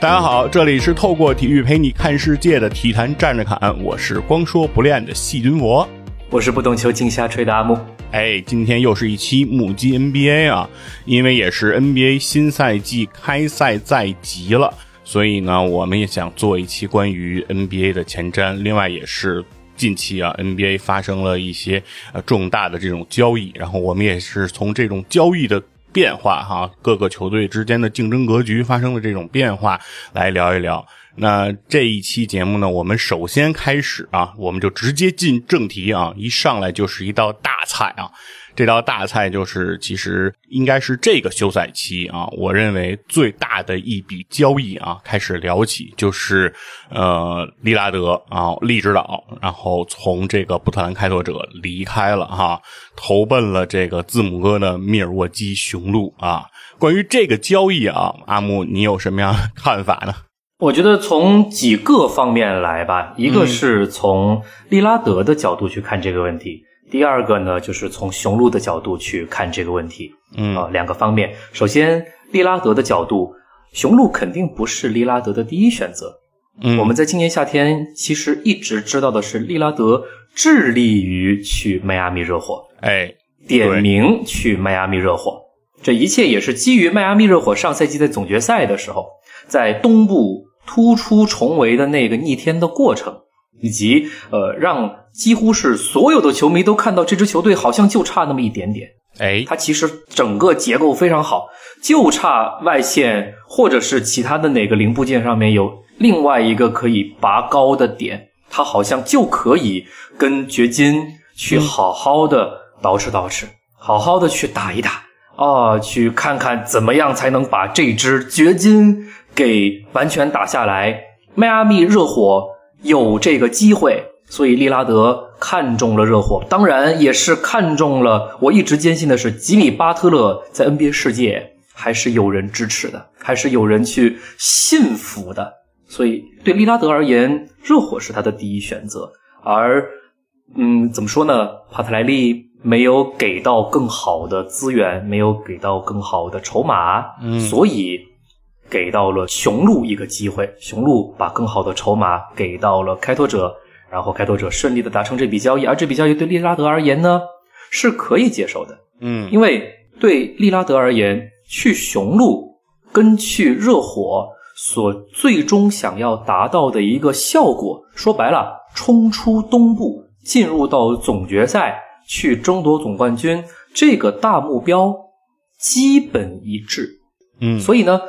大家好，这里是透过体育陪你看世界的体坛站着侃，我是光说不练的细菌佛。我是不懂球镜瞎吹的阿木。哎，今天又是一期母鸡 NBA 啊，因为也是 NBA 新赛季开赛在即了，所以呢，我们也想做一期关于 NBA 的前瞻。另外，也是近期啊，NBA 发生了一些呃重大的这种交易，然后我们也是从这种交易的。变化哈、各个球队之间的竞争格局发生了这种变化，来聊一聊。那这一期节目呢，我们首先开始啊，我们就直接进正题啊，一上来就是一道大菜啊。这道大菜就是，其实应该是这个休赛期啊，我认为最大的一笔交易啊，开始聊起，就是呃，利拉德啊，利指导，然后从这个布特兰开拓者离开了哈、投奔了这个字母哥的密尔沃基雄鹿啊。关于这个交易啊，阿木，你有什么样的看法呢？我觉得从几个方面来吧，一个是从利拉德的角度去看这个问题，第二个呢就是从雄鹿的角度去看这个问题。嗯啊、两个方面。首先，利拉德的角度，雄鹿肯定不是利拉德的第一选择。嗯，我们在今年夏天其实一直知道的是，利拉德致力于去迈阿密热火，哎，对点名去迈阿密热火。这一切也是基于迈阿密热火上赛季在总决赛的时候，在东部突出重围的那个逆天的过程，以及呃，让几乎是所有的球迷都看到这支球队好像就差那么一点点。哎，它其实整个结构非常好，就差外线或者是其他的哪个零部件上面有另外一个可以拔高的点，它好像就可以跟掘金去好好的捯饬捯饬，好好的去打一打啊，去看看怎么样才能把这支掘金给完全打下来。迈阿密热火有这个机会，所以利拉德看中了热火，当然也是看中了。我一直坚信的是，吉米巴特勒在 NBA 世界还是有人支持的，还是有人去信服的。所以对利拉德而言，热火是他的第一选择。而嗯，怎么说呢？帕特莱利没有给到更好的资源，没有给到更好的筹码，嗯所以给到了雄鹿一个机会。雄鹿把更好的筹码给到了开拓者，然后开拓者顺利的达成这笔交易。而这笔交易对利拉德而言呢，是可以接受的。嗯，因为对利拉德而言，去雄鹿跟去热火所最终想要达到的一个效果，说白了，冲出东部，进入到总决赛去争夺总冠军，这个大目标基本一致。嗯，所以呢，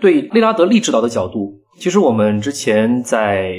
对利拉德利指导的角度，其实我们之前在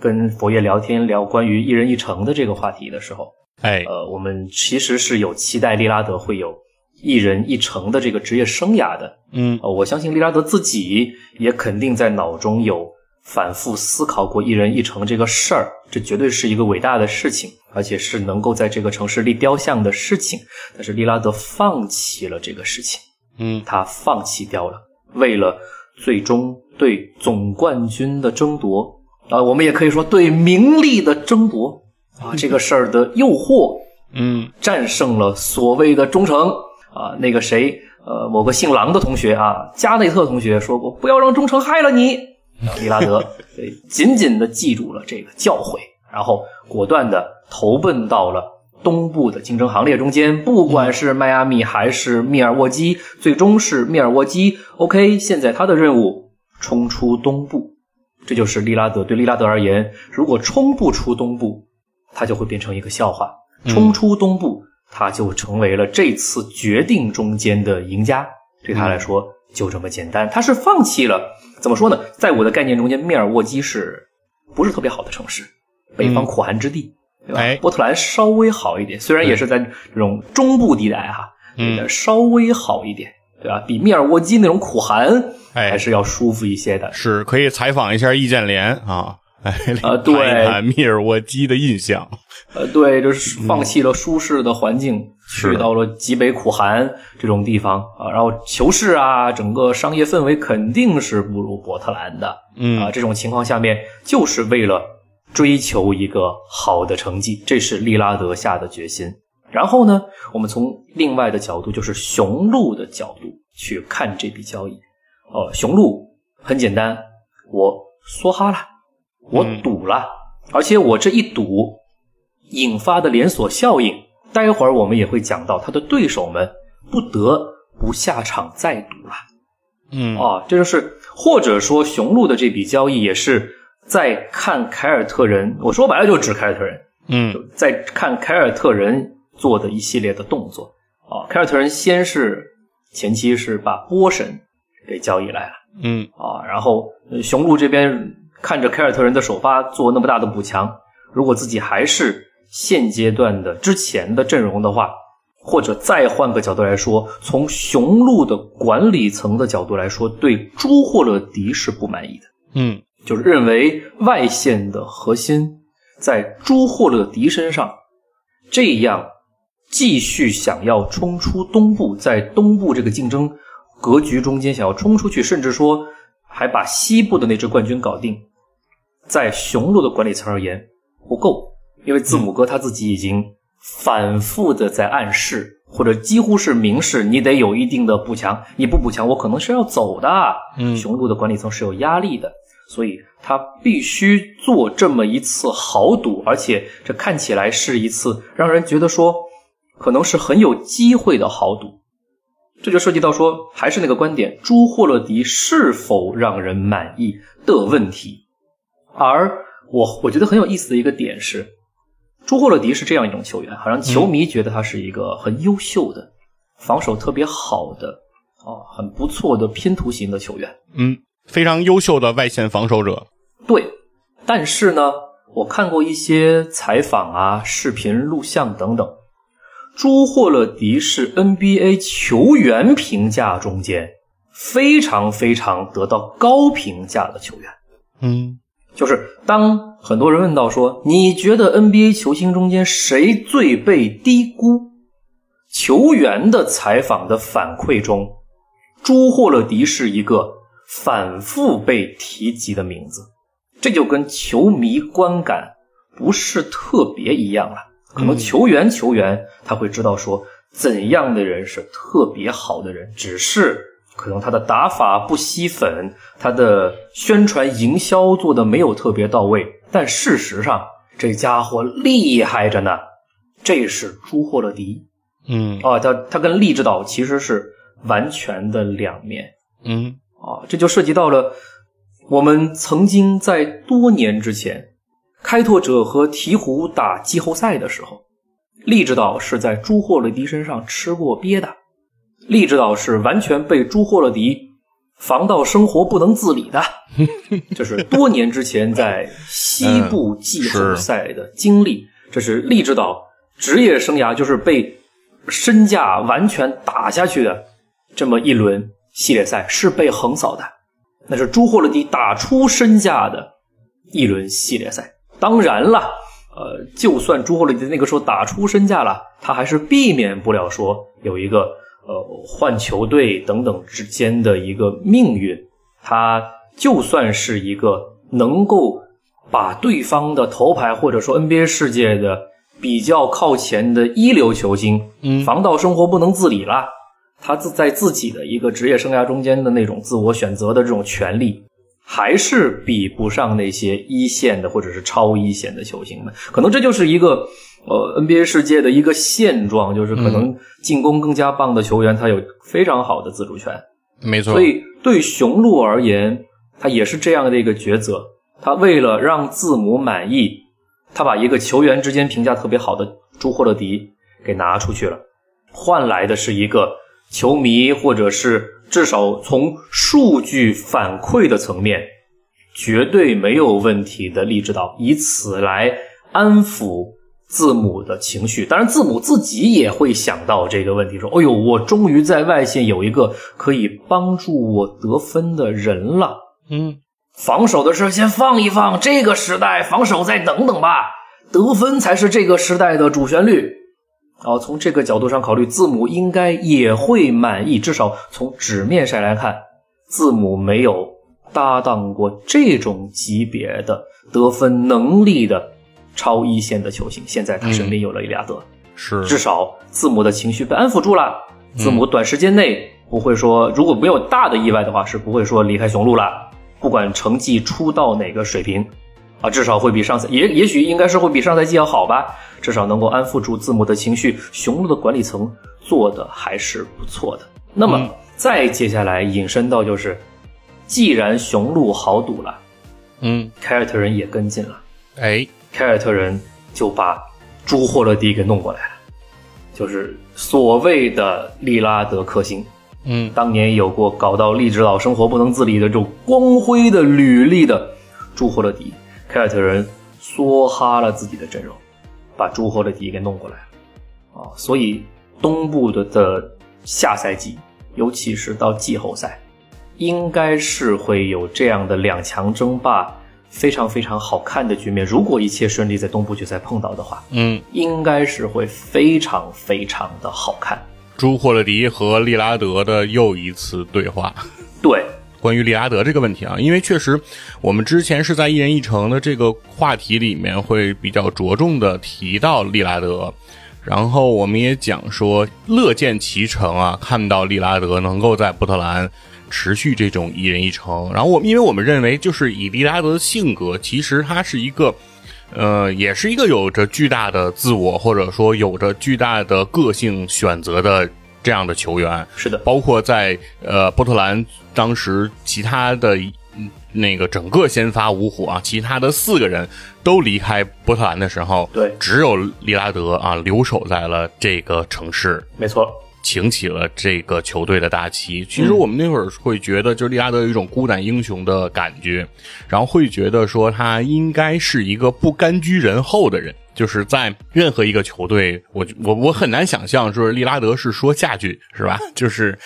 跟佛爷聊天聊关于一人一城的这个话题的时候，哎，呃，我们其实是有期待利拉德会有一人一城的这个职业生涯的。嗯，呃，我相信利拉德自己也肯定在脑中有反复思考过一人一城这个事儿，这绝对是一个伟大的事情，而且是能够在这个城市立雕像的事情。但是利拉德放弃了这个事情，嗯，他放弃掉了，为了最终对总冠军的争夺啊，我们也可以说对名利的争夺啊，这个事儿的诱惑嗯，战胜了所谓的忠诚啊、那个谁，呃，某个姓狼的同学啊，加内特同学说过，不要让忠诚害了你。 啊利拉德对紧紧的记住了这个教诲，然后果断的投奔到了东部的竞争行列中间，不管是迈阿密还是密尔沃基，最终是密尔沃基。OK，现在他的任务冲出东部，这就是利拉德对利拉德而言，如果冲不出东部，他就会变成一个笑话。嗯冲出东部，他就成为了这次决定中间的赢家。对他嗯来说，就这么简单。他是放弃了，怎么说呢？在我的概念中间，密尔沃基是不是特别好的城市？北方苦寒之地，对吧？嗯哎波特兰稍微好一点，虽然也是在这种中部地带哈，嗯对稍微好一点，对吧？比密尔沃基那种苦寒哎还是要舒服一些的。是可以采访一下易建联啊， 来啊对谈一谈密尔沃基的印象。呃，对，就是放弃了舒适的环境，是去到了极北苦寒这种地方啊，然后球市啊，整个商业氛围肯定是不如波特兰的啊。嗯这种情况下面，就是为了追求一个好的成绩，这是利拉德下的决心。然后呢，我们从另外的角度，就是雄鹿的角度去看这笔交易。哦、雄鹿很简单，我梭哈了，我赌了，而且我这一赌引发的连锁效应，待会儿我们也会讲到，他的对手们不得不下场再赌了。嗯啊，这就是或者说雄鹿的这笔交易也是在看凯尔特人，我说白了就是指凯尔特人，嗯在看凯尔特人做的一系列的动作啊。凯尔特人先是前期是把波神给交易来了嗯啊，然后呃雄鹿这边看着凯尔特人的首发做那么大的补强，如果自己还是现阶段的之前的阵容的话，或者再换个角度来说，从雄鹿的管理层的角度来说，对朱霍勒迪是不满意的。嗯就是认为外线的核心在朱霍勒迪身上，这样继续想要冲出东部，在东部这个竞争格局中间想要冲出去，甚至说还把西部的那支冠军搞定，在雄鹿的管理层而言不够，因为字母哥他自己已经反复的在暗示，或者几乎是明示，你得有一定的补强，你不补强，我可能是要走的。啊嗯雄鹿的管理层是有压力的，所以他必须做这么一次豪赌，而且这看起来是一次让人觉得说可能是很有机会的豪赌。这就涉及到说，还是那个观点，朱霍勒迪是否让人满意的问题。而我我觉得很有意思的一个点是，朱霍勒迪是这样一种球员，好像球迷觉得他是一个很优秀的、防守特别好的啊，很不错的拼图型的球员。嗯，非常优秀的外线防守者。对，但是呢，我看过一些采访啊、视频录像等等，朱霍勒迪是 NBA 球员评价中间非常非常得到高评价的球员。嗯就是当很多人问到说，你觉得 NBA 球星中间谁最被低估？球员的采访的反馈中，朱霍勒迪是一个反复被提及的名字，这就跟球迷观感不是特别一样了。可能嗯球员球员他会知道说怎样的人是特别好的人，只是可能他的打法不吸粉，他的宣传营销做的没有特别到位。但事实上，这家伙厉害着呢，这是朱霍勒迪嗯啊，他他跟励志岛其实是完全的两面。嗯啊，这就涉及到了我们曾经在多年之前，开拓者和鹈鹕打季后赛的时候，利指导是在朱霍勒迪身上吃过鳖的，利指导是完全被朱霍勒迪防到生活不能自理的， 这是多年之前在西部季后赛的经历，这是利指导职业生涯就是被身价完全打下去的这么一轮系列赛是被横扫的，那是朱霍勒迪打出身价的一轮系列赛。当然了，呃，就算朱霍勒迪那个时候打出身价了，他还是避免不了说有一个呃换球队等等之间的一个命运。他就算是一个能够把对方的头牌或者说 NBA 世界的比较靠前的一流球星，嗯防到生活不能自理了。他自在自己的一个职业生涯中间的那种自我选择的这种权利，还是比不上那些一线的或者是超一线的球星们。可能这就是一个呃 NBA 世界的一个现状，就是可能嗯进攻更加棒的球员，他有非常好的自主权。没错。所以对雄鹿而言，他也是这样的一个抉择。他为了让字母满意，他把一个球员之间评价特别好的朱霍勒迪给拿出去了，换来的是一个球迷或者是至少从数据反馈的层面绝对没有问题的励志导，以此来安抚字母的情绪。当然，字母自己也会想到这个问题，说：“哎呦，我终于在外线有一个可以帮助我得分的人了。嗯防守的事先放一放，这个时代防守再等等吧，得分才是这个时代的主旋律。”啊，从这个角度上考虑，字母应该也会满意，至少从纸面上来看，字母没有搭档过这种级别的得分能力的超一线的球星。现在他身边有了伊利亚德，是至少字母的情绪被安抚住了。字母短时间内不会说，如果没有大的意外的话，是不会说离开雄鹿了。不管成绩出到哪个水平，啊，至少会比上赛也也许应该是会比上赛季要好吧，至少能够安抚住字母的情绪。雄鹿的管理层做的还是不错的。那么、嗯再接下来引申到就是，既然雄鹿豪赌了，嗯，凯尔特人也跟进了。哎，凯尔特人就把朱霍勒迪给弄过来了，就是所谓的利拉德克星。嗯当年有过搞到利指导生活不能自理的这种光辉的履历的朱霍勒迪，凯尔特人梭哈了自己的阵容，把朱霍勒迪给弄过来了啊！所以东部的的下赛季，尤其是到季后赛，应该是会有这样的两强争霸非常非常好看的局面。如果一切顺利，在东部决赛碰到的话，嗯，应该是会非常非常的好看。朱霍勒迪和利拉德的又一次对话。对，关于利拉德这个问题啊，因为确实我们之前是在一人一城的这个话题里面会比较着重的提到利拉德，然后我们也讲说乐见其成啊，看到利拉德能够在波特兰持续这种一人一城，然后我们因为我们认为就是以利拉德的性格，其实他是一个。呃，也是一个有着巨大的自我，或者说有着巨大的个性选择的这样的球员。是的，包括在呃波特兰当时其他的嗯那个整个先发五虎啊，其他的四个人都离开波特兰的时候，对只有利拉德啊留守在了这个城市。没错。擎起了这个球队的大旗。其实我们那会儿会觉得，就是利拉德有一种孤胆英雄的感觉，然后会觉得说他应该是一个不甘居人后的人。就是在任何一个球队，我我我很难想象，就是利拉德是说下去是吧？ 就是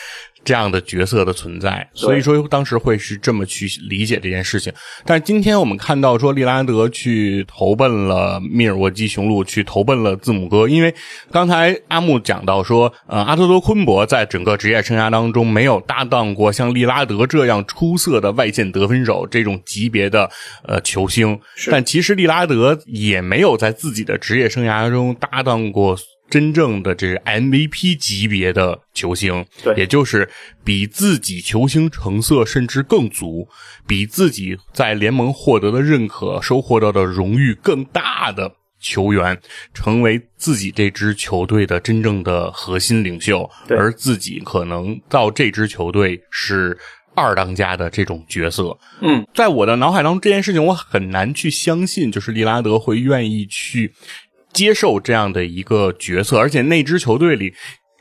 这样的角色的存在，所以说当时会是这么去理解这件事情。但是今天我们看到说利拉德去投奔了密尔沃基雄鹿，去投奔了字母哥，因为刚才阿木讲到说，呃，阿托多昆博在整个职业生涯当中没有搭档过像利拉德这样出色的外线得分手这种级别的呃球星，是但其实利拉德也没有在自己的职业生涯中搭档过。真正的这是 MVP 级别的球星，对也就是比自己球星成色甚至更足，比自己在联盟获得的认可、收获到的荣誉更大的球员，成为自己这支球队的真正的核心领袖，对而自己可能到这支球队是二当家的这种角色。嗯，在我的脑海当中，这件事情我很难去相信，就是利拉德会愿意去接受这样的一个角色，而且那支球队里。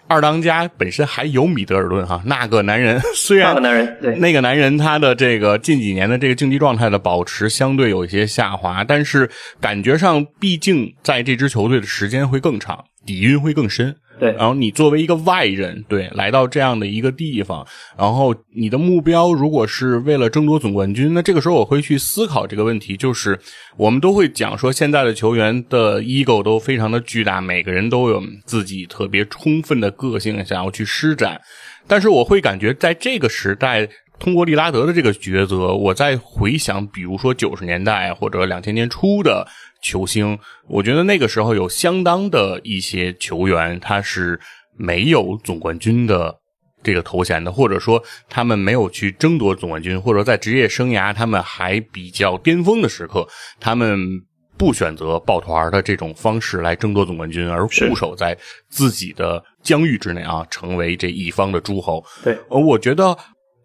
二当家本身还有米德尔顿哈，那个男人 虽然哦那个男人，对，那个男人他的这个近几年的这个竞技状态的保持相对有一些下滑，但是感觉上毕竟在这支球队的时间会更长，底蕴会更深。对然后你作为一个外人，对，来到这样的一个地方，然后你的目标如果是为了争夺总冠军，那这个时候我会去思考这个问题，就是我们都会讲说，现在的球员的 ego 都非常的巨大，每个人都有自己特别充分的个性，想要去施展。但是我会感觉，在这个时代，通过利拉德的这个抉择，我在回想，比如说九十年代或者两千年初的球星，我觉得那个时候有相当的一些球员，他是没有总冠军的这个头衔的，或者说他们没有去争夺总冠军，或者说在职业生涯他们还比较巅峰的时刻，他们不选择抱团儿的这种方式来争夺总冠军，而固守在自己的疆域之内啊，成为这一方的诸侯。对，呃，我觉得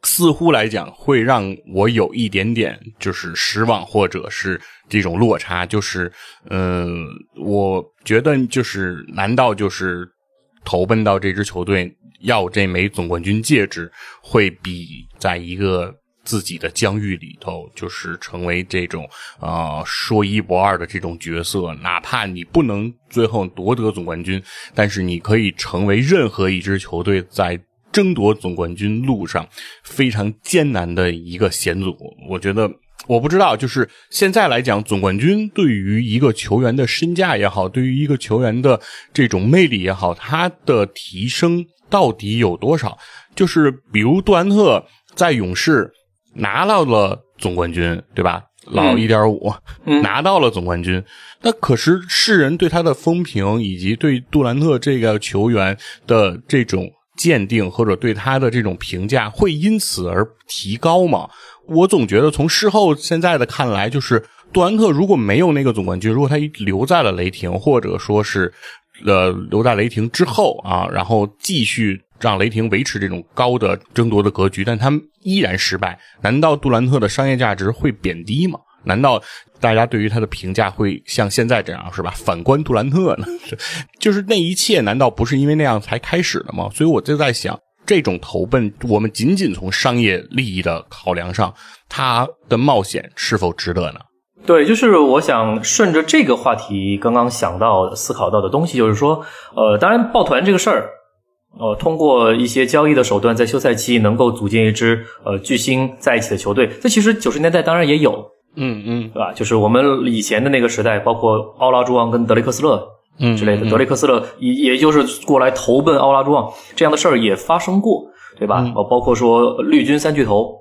似乎来讲会让我有一点点就是失望，或者是这种落差，就是呃，我觉得就是难道就是投奔到这支球队要这枚总冠军戒指，会比在一个。自己的疆域里头，就是成为这种呃说一不二的这种角色，哪怕你不能最后夺得总冠军，但是你可以成为任何一支球队在争夺总冠军路上非常艰难的一个险阻。我觉得，我不知道，就是现在来讲，总冠军对于一个球员的身价也好，对于一个球员的这种魅力也好，他的提升到底有多少？就是比如杜兰特在勇士拿到了总冠军，对吧？老嗯一点五，嗯拿到了总冠军，那可是世人对他的风评以及对杜兰特这个球员的这种鉴定或者对他的这种评价，会因此而提高吗？我总觉得从事后现在的看来，就是杜兰特如果没有那个总冠军，如果他留在了雷霆，或者说是呃留在雷霆之后啊，然后继续让雷霆维持这种高的争夺的格局，但他们依然失败，难道杜兰特的商业价值会贬低吗？难道大家对于他的评价会像现在这样是吧？反观杜兰特呢， 就是那一切难道不是因为那样才开始的吗？所以我就在想，这种投奔，我们仅仅从商业利益的考量上，他的冒险是否值得呢？对，就是我想顺着这个话题刚刚想到、思考到的东西，就是说，呃，当然抱团这个事儿，呃，通过一些交易的手段，在休赛期能够组建一支呃巨星在一起的球队，这其实九十年代当然也有，嗯嗯对吧？就是我们以前的那个时代，包括奥拉朱旺跟德雷克斯勒嗯之类的，德雷克斯勒也也就是过来投奔奥拉朱旺这样的事儿也发生过，对嗯吧？呃、包括说绿军三巨头，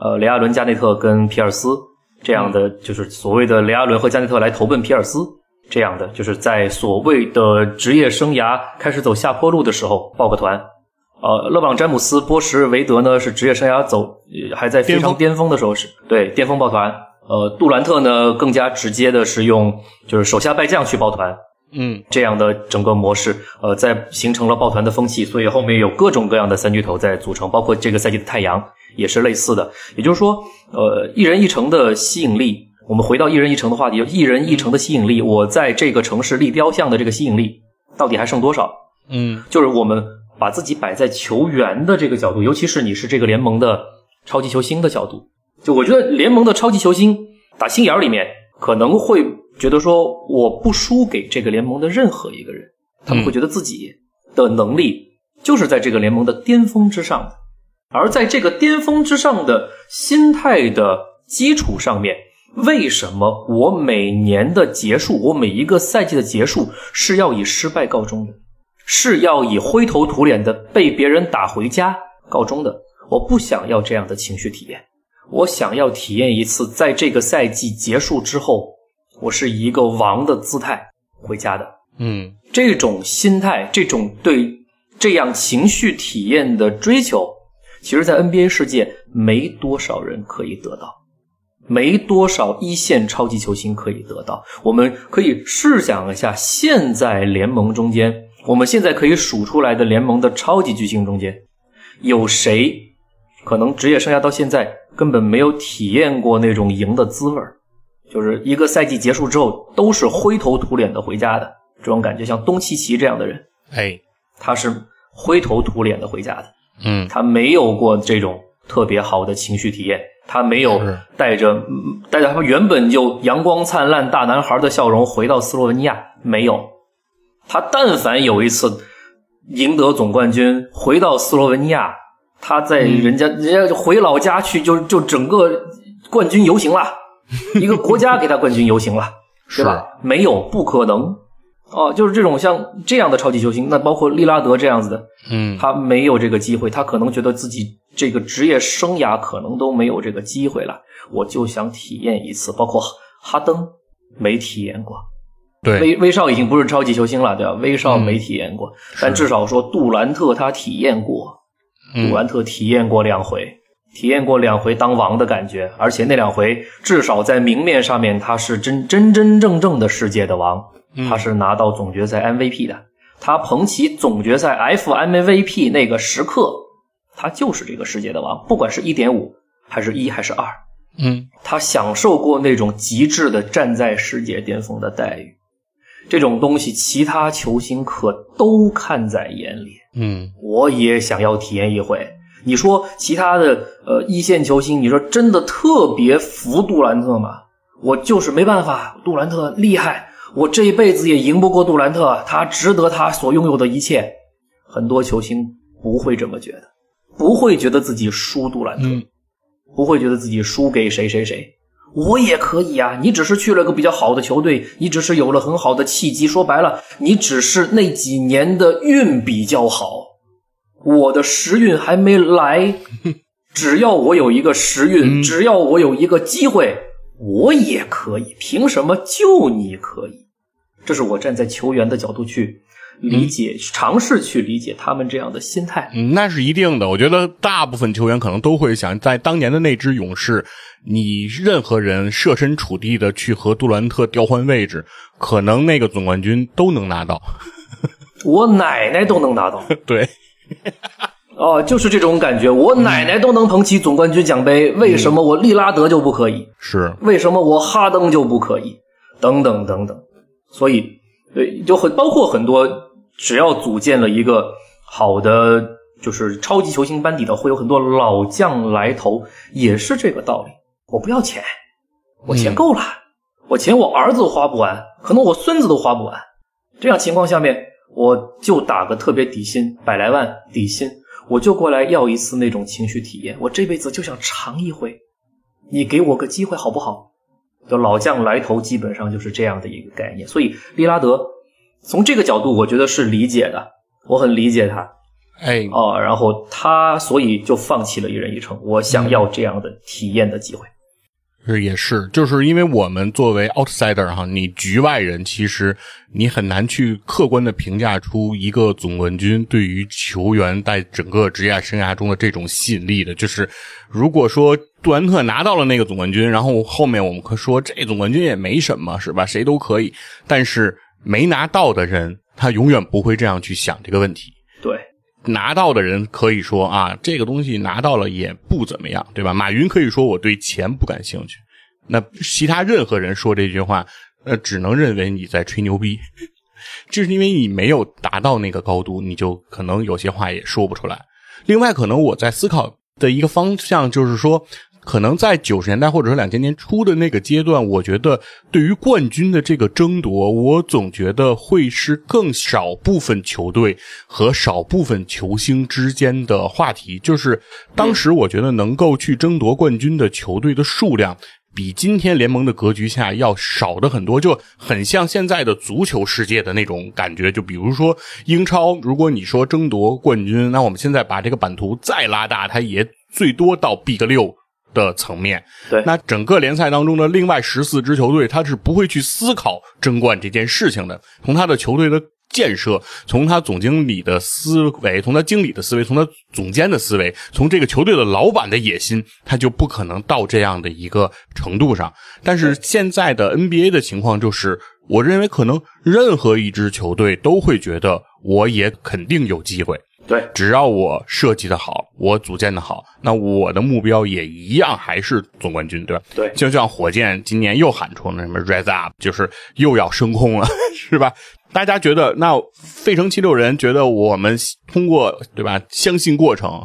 呃，雷阿伦、加内特跟皮尔斯这样嗯的，就是所谓的雷阿伦和加内特来投奔皮尔斯这样的，就是在所谓的职业生涯开始走下坡路的时候抱个团。呃，勒布朗、詹姆斯、波什、韦德呢是职业生涯走呃还在非巅常峰巅峰的时候是对巅峰抱团。呃，杜兰特呢更加直接的是用就是手下败将去抱团，嗯这样的整个模式，呃，在形成了抱团的风气，所以后面有各种各样的三巨头在组成，包括这个赛季的太阳也是类似的。也就是说，呃，一人一城的吸引力，我们回到一人一城的话题，一人一城的吸引力，我在这个城市立雕像的这个吸引力到底还剩多少？嗯就是我们把自己摆在球员的这个角度，尤其是你是这个联盟的超级球星的角度，就我觉得联盟的超级球星打心眼儿里面可能会觉得说，我不输给这个联盟的任何一个人，他们会觉得自己的能力就是在这个联盟的巅峰之上的，而在这个巅峰之上的心态的基础上面。为什么我每年的结束，我每一个赛季的结束是要以失败告终的？是要以灰头土脸的被别人打回家告终的。我不想要这样的情绪体验，我想要体验一次在这个赛季结束之后，我是以一个王的姿态回家的。嗯这种心态，这种对这样情绪体验的追求，其实，在 NBA 世界没多少人可以得到，没多少一线超级球星可以得到。我们可以试想一下，现在联盟中间，我们现在可以数出来的联盟的超级巨星中间，有谁可能职业生涯到现在根本没有体验过那种赢的滋味儿？就是一个赛季结束之后都是灰头土脸的回家的这种感觉，像东契奇这样的人，哎他是灰头土脸的回家的，嗯他没有过这种特别好的情绪体验，他没有是带着嗯带着他原本就阳光灿烂大男孩的笑容回到斯洛文尼亚，没有。他但凡有一次赢得总冠军，回到斯洛文尼亚，他在人家、人家回老家去就就整个冠军游行了，一个国家给他冠军游行了。对吧？没有不可能哦，就是这种像这样的超级球星，那包括利拉德这样子的，嗯他没有这个机会，他可能觉得自己这个职业生涯可能都没有这个机会了。我就想体验一次，包括哈哈登没体验过，对嗯威威少已经不是超级球星了，对吧？威少没体验过，但至少说杜兰特他体验过，嗯杜兰特体验过两回。体验过两回当王的感觉，而且那两回至少在明面上面，他是真真真正正的世界的王，嗯他是拿到总决赛 MVP 的。他捧起总决赛 F MVP 那个时刻，他就是这个世界的王，不管是一点五还是一还是二，嗯他享受过那种极致的站在世界巅峰的待遇。这种东西，其他球星可都看在眼里。嗯我也想要体验一回。你说其他的呃一线球星，你说真的特别服杜兰特吗？我就是没办法，杜兰特厉害，我这一辈子也赢不过杜兰特，他值得他所拥有的一切。很多球星不会这么觉得，不会觉得自己输杜兰特，嗯不会觉得自己输给谁谁谁。我也可以啊，你只是去了个比较好的球队，你只是有了很好的契机，说白了，你只是那几年的运比较好，我的时运还没来，只要我有一个时运，只要我有一个机会，我也可以。凭什么就你可以？这是我站在球员的角度去理解，尝试去理解他们这样的心态。嗯，那是一定的。我觉得大部分球员可能都会想，在当年的那支勇士，你任何人设身处地的去和杜兰特调换位置，可能那个总冠军都能拿到。 我奶奶都能拿到对，哦，就是这种感觉，我奶奶都能捧起总冠军奖杯，为什么我利拉德就不可以？是，为什么我哈登就不可以？等等等等，所以对，就很包括很多，只要组建了一个好的就是超级球星班底的，会有很多老将来投，也是这个道理。我不要钱，我钱够了，我钱我儿子都花不完，可能我孙子都花不完。这样情况下面，我就打个特别底薪，百来万底薪，我就过来要一次那种情绪体验，我这辈子就想尝一回。你给我个机会好不好？就老将来投，基本上就是这样的一个概念。所以利拉德从这个角度，我觉得是理解的，我很理解他哎，哦。然后他所以就放弃了一人一城，我想要这样的体验的机会。是也是，就是因为我们作为 outsider 哈，你局外人，其实你很难去客观的评价出一个总冠军对于球员在整个职业生涯中的这种吸引力的。就是如果说杜兰特拿到了那个总冠军，然后后面我们可说这总冠军也没什么，是吧？谁都可以，但是没拿到的人，他永远不会这样去想这个问题。对，拿到的人可以说啊，这个东西拿到了也不怎么样，对吧？马云可以说我对钱不感兴趣，那其他任何人说这句话，呃，只能认为你在吹牛逼， 就是因为你没有达到那个高度，你就可能有些话也说不出来。另外，可能我在思考的一个方向就是说，可能在九十年代或者说两千年初的那个阶段，我觉得对于冠军的这个争夺，我总觉得会是更少部分球队和少部分球星之间的话题。就是当时我觉得能够去争夺冠军的球队的数量。比今天联盟的格局下要少的很多，就很像现在的足球世界的那种感觉。就比如说英超，如果你说争夺冠军，那我们现在把这个版图再拉大，它也最多到 Big 六的层面。对那整个联赛当中的另外十四支球队，他是不会去思考争冠这件事情的。从他的球队的建设，从他总经理的思维，从他经理的思维，从他总监的思维，从这个球队的老板的野心，他就不可能到这样的一个程度上。但是现在的 NBA 的情况就是，我认为可能任何一支球队都会觉得，我也肯定有机会。对，只要我设计的好，我组建的好，那我的目标也一样还是总冠军，对吧？对就像火箭今年又喊出了什么 “rise up”，就是又要升空了， 是吧？大家觉得那费城七六人觉得我们通过对吧，相信过程。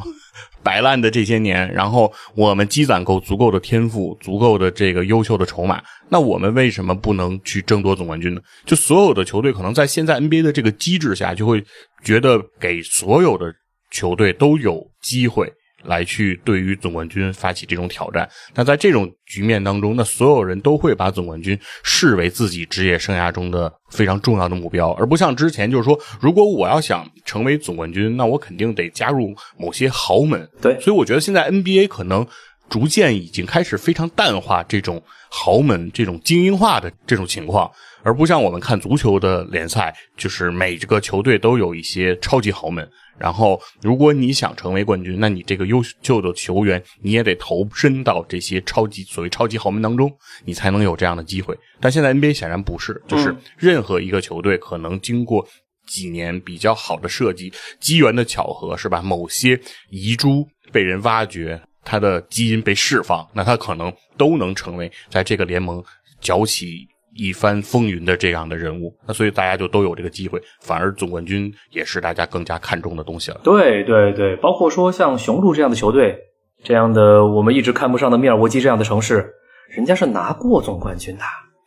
摆烂的这些年，然后我们积攒够足够的天赋、足够的这个优秀的筹码，那我们为什么不能去争夺总冠军呢？就所有的球队可能在现在 NBA 的这个机制下，就会觉得给所有的球队都有机会来去对于总冠军发起这种挑战。那在这种局面当中，那所有人都会把总冠军视为自己职业生涯中的非常重要的目标，而不像之前就是说，如果我要想成为总冠军，那我肯定得加入某些豪门。对所以我觉得现在 NBA 可能逐渐已经开始非常淡化这种豪门、这种精英化的这种情况，而不像我们看足球的联赛，就是每这个球队都有一些超级豪门。然后，如果你想成为冠军，那你这个优秀的球员，你也得投身到这些超级所谓超级豪门当中，你才能有这样的机会。但现在 NBA 显然不是，就是嗯任何一个球队可能经过几年比较好的设计、机缘的巧合，是吧？某些遗珠被人挖掘，它的基因被释放，那它可能都能成为在这个联盟搅起一番风云的这样的人物。那所以大家就都有这个机会，反而总冠军也是大家更加看重的东西了。对对对，包括说像雄鹿这样的球队，这样的我们一直看不上的密尔沃基这样的城市，人家是拿过总冠军的。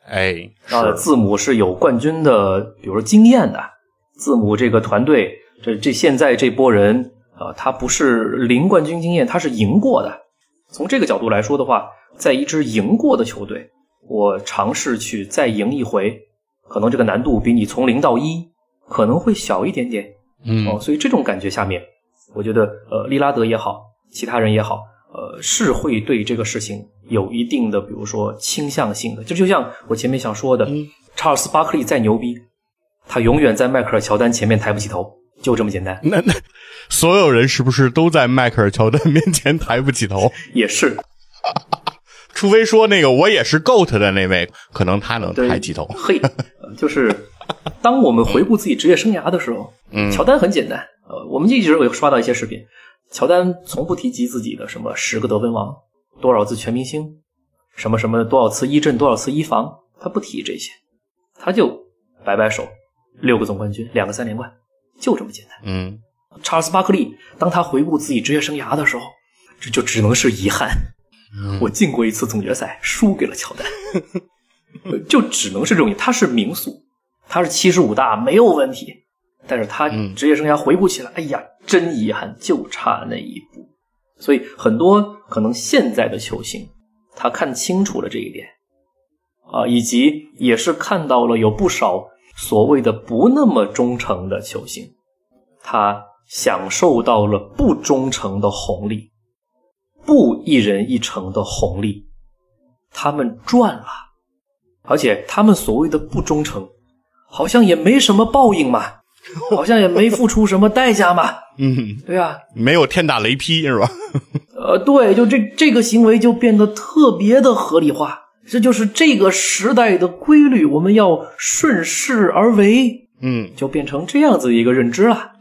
哎，呃，是，字母是有冠军的，比如说经验的。字母这个团队，这这现在这波人啊、呃他不是零冠军经验，他是赢过的。从这个角度来说的话，在一支赢过的球队，我尝试去再赢一回，可能这个难度比你从零到一可能会小一点点。哦，嗯，所以这种感觉下面，我觉得呃，利拉德也好，其他人也好，呃，是会对这个事情有一定的，比如说倾向性的。就就像我前面想说的，嗯查尔斯巴克利再牛逼，他永远在迈克尔乔丹前面抬不起头，就这么简单。那那所有人是不是都在迈克尔乔丹面前抬不起 头？也是，除非说那个我也是 GOAT 的那位，可能他能对抬起头。嘿，呃就是当我们回顾自己职业生涯的时候，嗯乔丹很简单。呃，我们一直有刷到一些视频，乔丹从不提及自己的什么十个得分王、多少次全明星、什么什么多少次一阵、多少次一防，他不提这些，他就摆摆手，六个总冠军，两个三连冠，就这么简单。 嗯， 查尔斯·巴克利，当他回顾自己职业生涯的时候，这就只能是遗憾。 我进过一次总决赛，输给了乔丹，呃就只能是这种。他是名宿，他是七十五大没有问题，但是他嗯职业生涯回顾起来，哎呀，真遗憾，就差那一步。所以很多可能现在的球星，他看清楚了这一点，啊，以及也是看到了有不少所谓的不那么忠诚的球星，他享受到了不忠诚的红利，不一人一城的红利，他们赚了，而且他们所谓的不忠诚，好像也没什么报 应嘛，好像也没付出什么代价嘛，嗯，对吧？没有天打雷劈是吧？呃，对，就这这个行为就变得特别的合理化，这就是这个时代的规律，我们要顺势而为，嗯，就变成这样子一个认知了。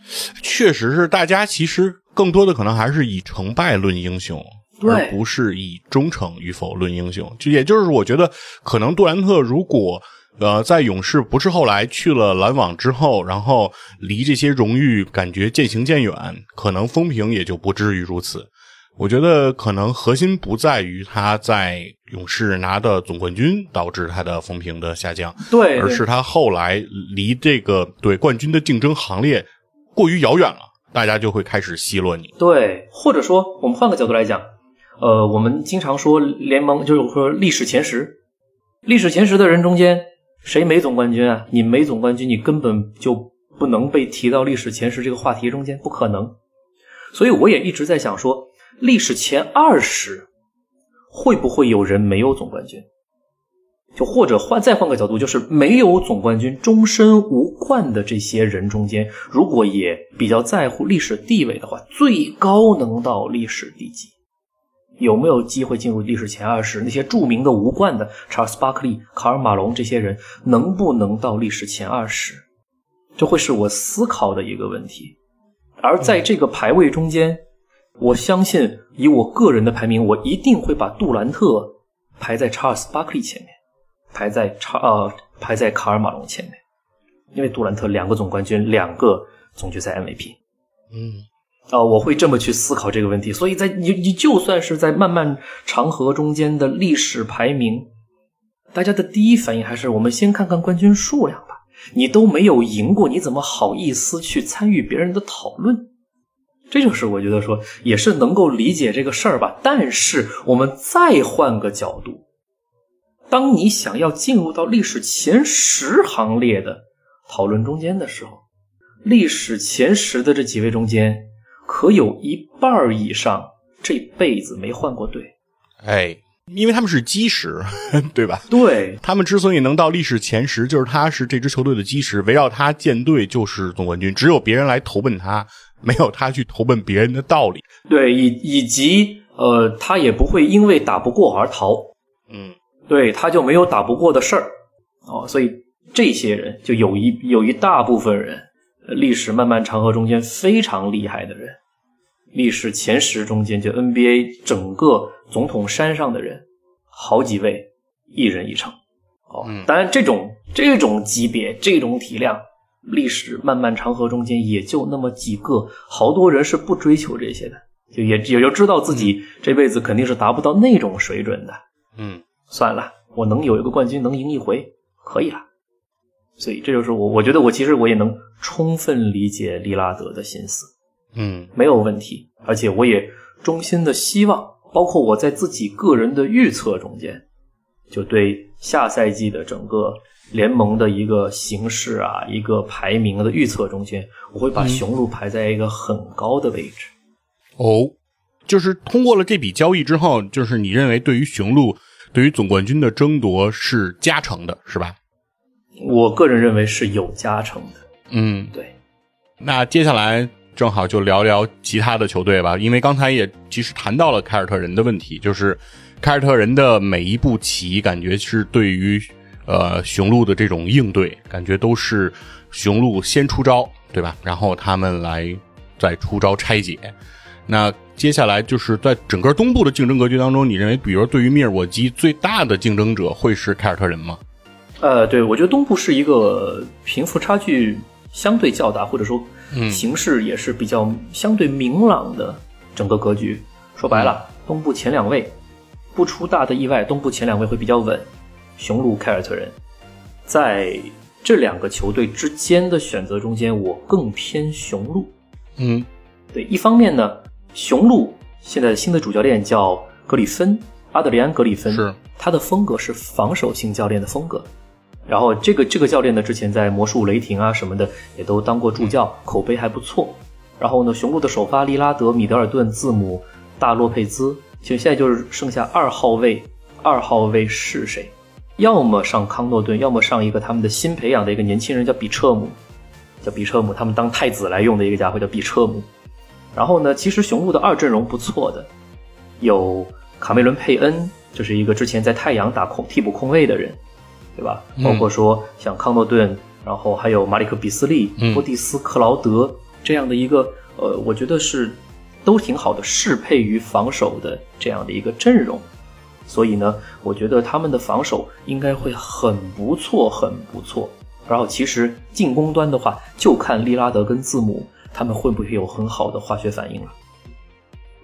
确实是，大家其实更多的可能还是以成败论英雄，对而不是以忠诚与否论英雄。就也就是我觉得，可能杜兰特如果呃在勇士不是后来去了篮网之后，然后离这些荣誉感觉渐行渐远，可能风评也就不至于如此。我觉得可能核心不在于他在勇士拿的总冠军导致他的风评的下降，对，而对是他后来离这个对冠军的竞争行列过于遥远了，大家就会开始奚落你。对，或者说我们换个角度来讲，呃，我们经常说联盟就是说历史前十，历史前十的人中间谁没总冠军啊？你没总冠军，你根本就不能被提到历史前十这个话题中间，不可能。所以我也一直在想说，历史前二十会不会有人没有总冠军？就或者换再换个角度，就是没有总冠军、终身无冠的这些人中间，如果也比较在乎历史地位的话，最高能到历史第几？有没有机会进入历史前二十？那些著名的无冠的查尔斯·巴克利、卡尔·马龙这些人，能不能到历史前二十？这会是我思考的一个问题。而在这个排位中间，我相信以我个人的排名，我一定会把杜兰特排在查尔斯·巴克利前面。排在查呃排在卡尔马龙前面，因为杜兰特两个总冠军，两个总决赛 MVP。嗯，啊、我会这么去思考这个问题。所以在你你就算是在漫漫长河中间的历史排名，大家的第一反应还是我们先看看冠军数量吧。你都没有赢过，你怎么好意思去参与别人的讨论？这就是我觉得说也是能够理解这个事儿吧。但是我们再换个角度，当你想要进入到历史前十行列的讨论中间的时候，历史前十的这几位中间，可有一半儿以上这辈子没换过队。哎，因为他们是基石， 对吧？对他们之所以能到历史前十，就是他是这支球队的基石，围绕他建队就是总冠军。只有别人来投奔他，没有他去投奔别人的道理。对，以以及呃，他也不会因为打不过而逃，嗯对，他就没有打不过的事儿哦。所以这些人就有一有一大部分人，呃历史漫漫长河中间非常厉害的人，历史前十中间就 NBA 整个总统山上的人，好几位一人一城哦嗯。当然，这种这种级别、这种体量，历史漫漫长河中间也就那么几个，好多人是不追求这些的。就也也就知道自己这辈子肯定是达不到那种水准的，嗯，算了，我能有一个冠军，能赢一回，可以了。所以这就是我，我觉得我其实我也能充分理解利拉德的心思，嗯没有问题。而且我也衷心的希望，包括我在自己个人的预测中间，就对下赛季的整个联盟的一个形势啊，一个排名的预测中间，我会把雄鹿排在一个很高的位置。哦，就是通过了这笔交易之后，就是你认为对于雄鹿对于总冠军的争夺是加成的，是吧？我个人认为是有加成的。嗯，对。那接下来正好就聊聊其他的球队吧，因为刚才也其实谈到了凯尔特人的问题，就是凯尔特人的每一步棋，感觉是对于呃雄鹿的这种应对，感觉都是雄鹿先出招，对吧？然后他们来再出招拆解。那接下来就是在整个东部的竞争格局当中，你认为，比如对于密尔沃基最大的竞争者会是凯尔特人吗？呃，对，我觉得东部是一个贫富差距相对较大，或者说形势也是比较相对明朗的整个格局。说白了，东部前两位不出大的意外，东部前两位会比较稳，雄鹿、凯尔特人。在这两个球队之间的选择中间，我更偏雄鹿。嗯对，一方面呢，雄鹿现在新的主教练叫格里芬，阿德里安·格里芬，是他的风格是防守型教练的风格。然后这个这个教练呢，之前在魔术、雷霆啊什么的也都当过助教，口碑还不错。然后呢，雄鹿的首发利拉德、米德尔顿、字母、大洛佩兹，其实现在就是剩下二号位，二号位是谁？要么上康诺顿，要么上一个他们的新培养的一个年轻人叫比彻姆，叫比彻姆，他们当太子来用的一个家伙叫比彻姆。然后呢，其实雄鹿的二阵容不错的，有卡梅伦·佩恩，这是一个之前在太阳打控替补控卫的人，对吧？嗯包括说像康诺顿，然后还有马里克·比斯利、嗯波蒂斯·克劳德这样的一个，呃，我觉得是都挺好的，适配于防守的这样的一个阵容。所以呢，我觉得他们的防守应该会很不错，很不错。然后其实进攻端的话，就看利拉德跟字母他们会不会有很好的化学反应了。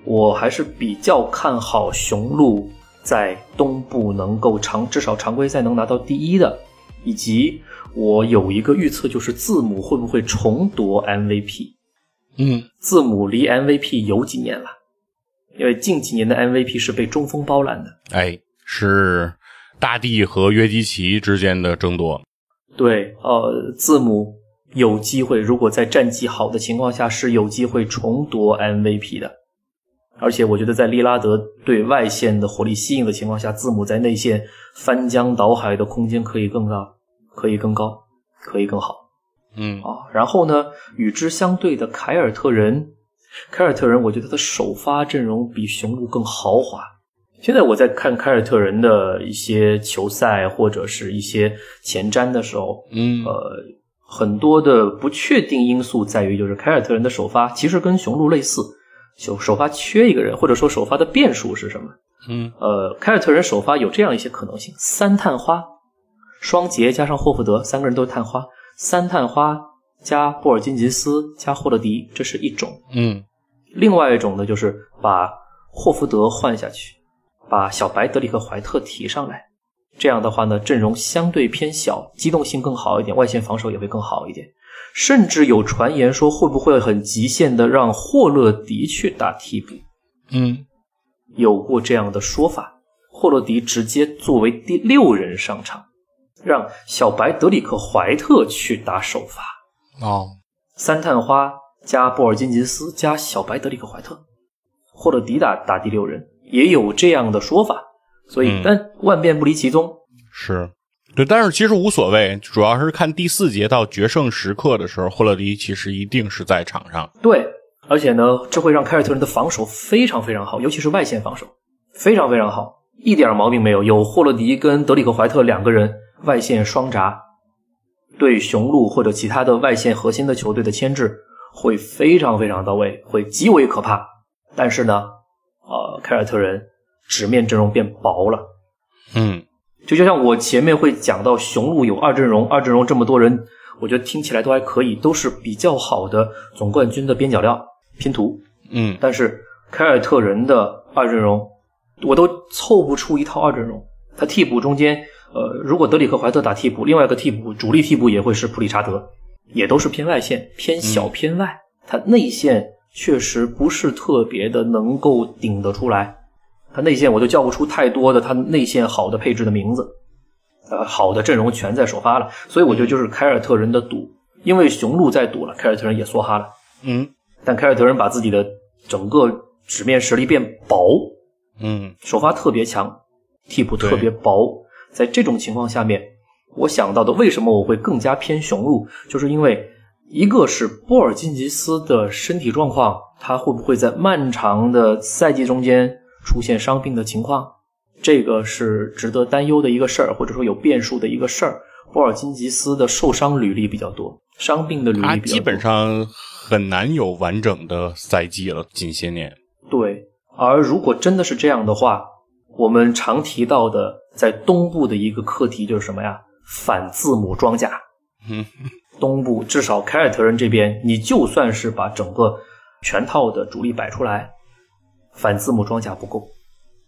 我还是比较看好雄鹿在东部能够常至少常规赛能拿到第一的，以及我有一个预测就是字母会不会重夺 MVP。嗯字母离 MVP 有几年了？因为近几年的 MVP 是被中锋包揽的。哎，是大帝和约基奇之间的争夺。对，呃，字母有机会，如果在战绩好的情况下，是有机会重夺 MVP 的。而且我觉得，在利拉德对外线的火力吸引的情况下，字母在内线翻江倒海的空间可以更大，可以更高，可以更好嗯啊。然后呢，与之相对的凯尔特人，凯尔特人，我觉得他的首发阵容比雄鹿更豪华。现在我在看凯尔特人的一些球赛或者是一些前瞻的时候，嗯呃，很多的不确定因素在于，就是凯尔特人的首发其实跟雄鹿类似，首首发缺一个人，或者说首发的变数是什么？嗯呃，凯尔特人首发有这样一些可能性：三探花、双杰加上霍福德，三个人都是探花；三探花加霍尔金吉斯加霍勒迪，这是一种；嗯另外一种呢，就是把霍福德换下去，把小白德里克怀特提上来。这样的话呢，阵容相对偏小，机动性更好一点，外线防守也会更好一点。甚至有传言说，会不会很极限的让霍勒迪去打替补？嗯有过这样的说法，霍洛迪直接作为第六人上场，让小白德里克怀特去打首发，哦三探花加布尔津吉斯加小白德里克怀特，霍洛迪打打第六人，也有这样的说法，所以、嗯但万变不离其宗，是对，但是其实无所谓，主要是看第四节到决胜时刻的时候，霍勒迪其实一定是在场上。对，而且呢，这会让凯尔特人的防守非常非常好，尤其是外线防守非常非常好，一点毛病没有。有霍勒迪跟德里克怀特两个人外线双闸，对雄鹿或者其他的外线核心的球队的牵制会非常非常到位，会极为可怕。但是呢，呃，凯尔特人纸面阵容变薄了。嗯就就像我前面会讲到，雄鹿有二阵容，二阵容这么多人，我觉得听起来都还可以，都是比较好的总冠军的边角料拼图。嗯但是凯尔特人的二阵容，我都凑不出一套二阵容。他替补中间，呃，如果德里克怀特打替补，另外一个替补主力替补也会是普里查德，也都是偏外线、偏小、偏外。他内线确实不是特别的能够顶得出来。他内线我就叫不出太多的他内线好的配置的名字，呃，好的阵容全在首发了，所以我觉得就是凯尔特人的赌，因为雄鹿在赌了，凯尔特人也梭哈了。嗯但凯尔特人把自己的整个纸面实力变薄，嗯首发特别强，替补特别薄，在这种情况下面，我想到的，为什么我会更加偏雄鹿，就是因为一个是波尔津吉斯的身体状况，他会不会在漫长的赛季中间出现伤病的情况，这个是值得担忧的一个事儿，或者说有变数的一个事儿。波尔津吉斯的受伤履历比较多，伤病的履他历比较多，基本上很难有完整的赛季了。近些年，对，而如果真的是这样的话，我们常提到的在东部的一个课题就是什么呀？反字母装甲。嗯，东部至少凯尔特人这边，你就算是把整个全套的主力摆出来，反字母装甲不够，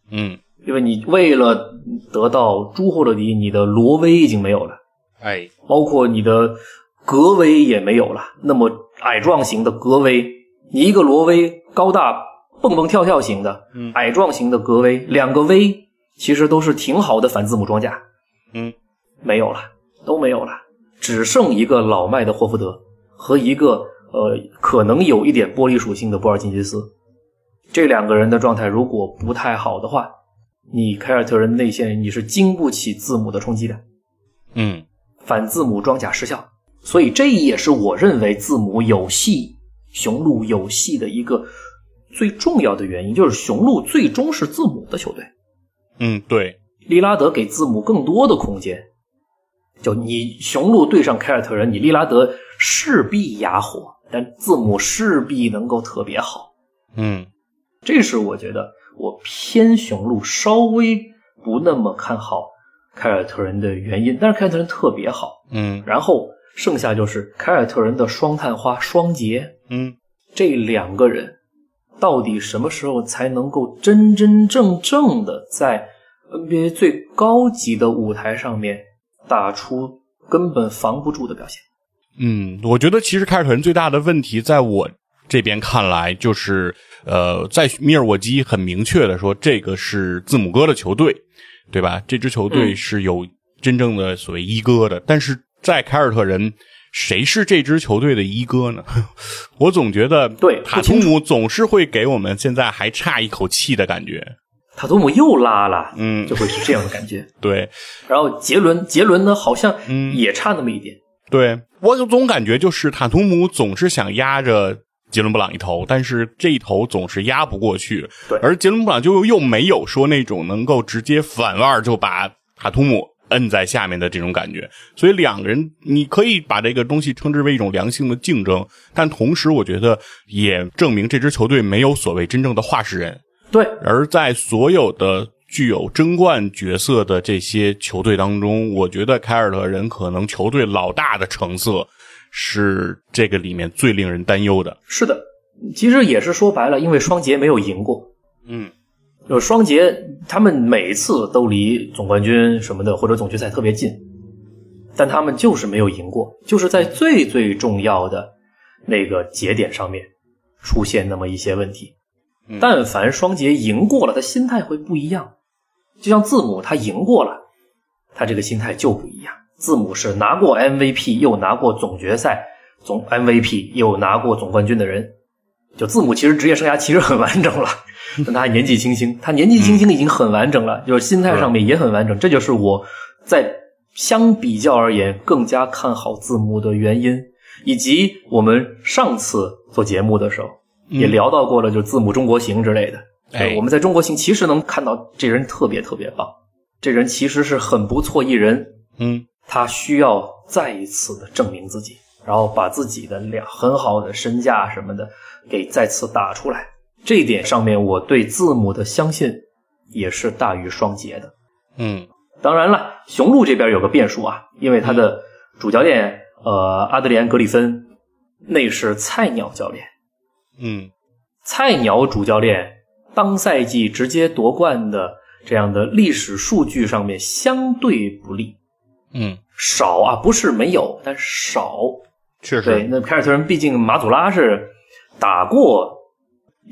嗯，因为你为了得到朱霍勒迪，你的罗威已经没有了。哎，包括你的格威也没有了。那么矮壮型的格威，你一个罗威高大蹦蹦跳跳型的，嗯矮壮型的格威，两个威其实都是挺好的反字母装甲，嗯，没有了，都没有了，只剩一个老迈的霍福德和一个呃可能有一点玻璃属性的波尔津吉斯。这两个人的状态如果不太好的话，你凯尔特人内线你是经不起字母的冲击的。嗯，反字母装甲失效，所以这也是我认为字母有戏，雄鹿有戏的一个最重要的原因，就是雄鹿最终是字母的球队，嗯，对，利拉德给字母更多的空间。就你雄鹿对上凯尔特人，你利拉德势必哑火，但字母势必能够特别好。嗯，这是我觉得我偏雄鹿稍微不那么看好凯尔特人的原因。但是凯尔特人特别好，嗯，然后剩下就是凯尔特人的双探花双杰嗯，这两个人，到底什么时候才能够真真正正的在 NBA 最高级的舞台上面打出根本防不住的表现？嗯，我觉得其实凯尔特人最大的问题，在我这边看来，就是呃，在密尔沃基很明确的说，这个是字母哥的球队，对吧？这支球队嗯是有真正的所谓一哥的，但是在凯尔特人，谁是这支球队的一哥呢？ 我总觉得对塔图姆总是会给我们现在还差一口气的感觉。塔图姆又拉了，嗯就，会是这样的感觉。对然后杰伦，杰伦呢好像嗯也差那么一点。对，我就总感觉就是塔图姆总是想压着杰伦布朗一头，但是这一头总是压不过去。对而杰伦布朗就又没有说那种能够直接反腕儿就把塔图姆摁在下面的这种感觉，所以两个人你可以把这个东西称之为一种良性的竞争，但同时我觉得也证明这支球队没有所谓真正的话事人，对，而在所有的具有争冠角色的这些球队当中，我觉得凯尔特人可能球队老大的成色是这个里面最令人担忧的。是的，其实也是说白了，因为双杰没有赢过，嗯就双杰他们每一次都离总冠军什么的或者总决赛特别近，但他们就是没有赢过，就是在最最重要的那个节点上面出现那么一些问题嗯。但凡双杰赢过了，他心态会不一样。就像字母，他赢过了，他这个心态就不一样。字母是拿过 MVP 又拿过总决赛总 MVP 又拿过总冠军的人，就字母其实职业生涯其实很完整了，但他还年纪轻轻，他年纪轻轻已经很完整了，就是心态上面也很完整，这就是我在相比较而言更加看好字母的原因，以及我们上次做节目的时候也聊到过了，就是字母中国行之类的。嗯哎对我们在中国行其实能看到这人特别特别棒，这人其实是很不错一人，嗯他需要再一次的证明自己，然后把自己的两很好的身价什么的给再次打出来。这一点上面，我对字母的相信也是大于双杰的。嗯当然了，雄鹿这边有个变数啊，因为他的主教练呃阿德里安·格里芬，那是菜鸟教练，嗯菜鸟主教练当赛季直接夺冠的这样的历史数据上面相对不利，嗯，少啊，不是没有，但是少。确对，实，那凯尔特人毕竟马祖拉是打过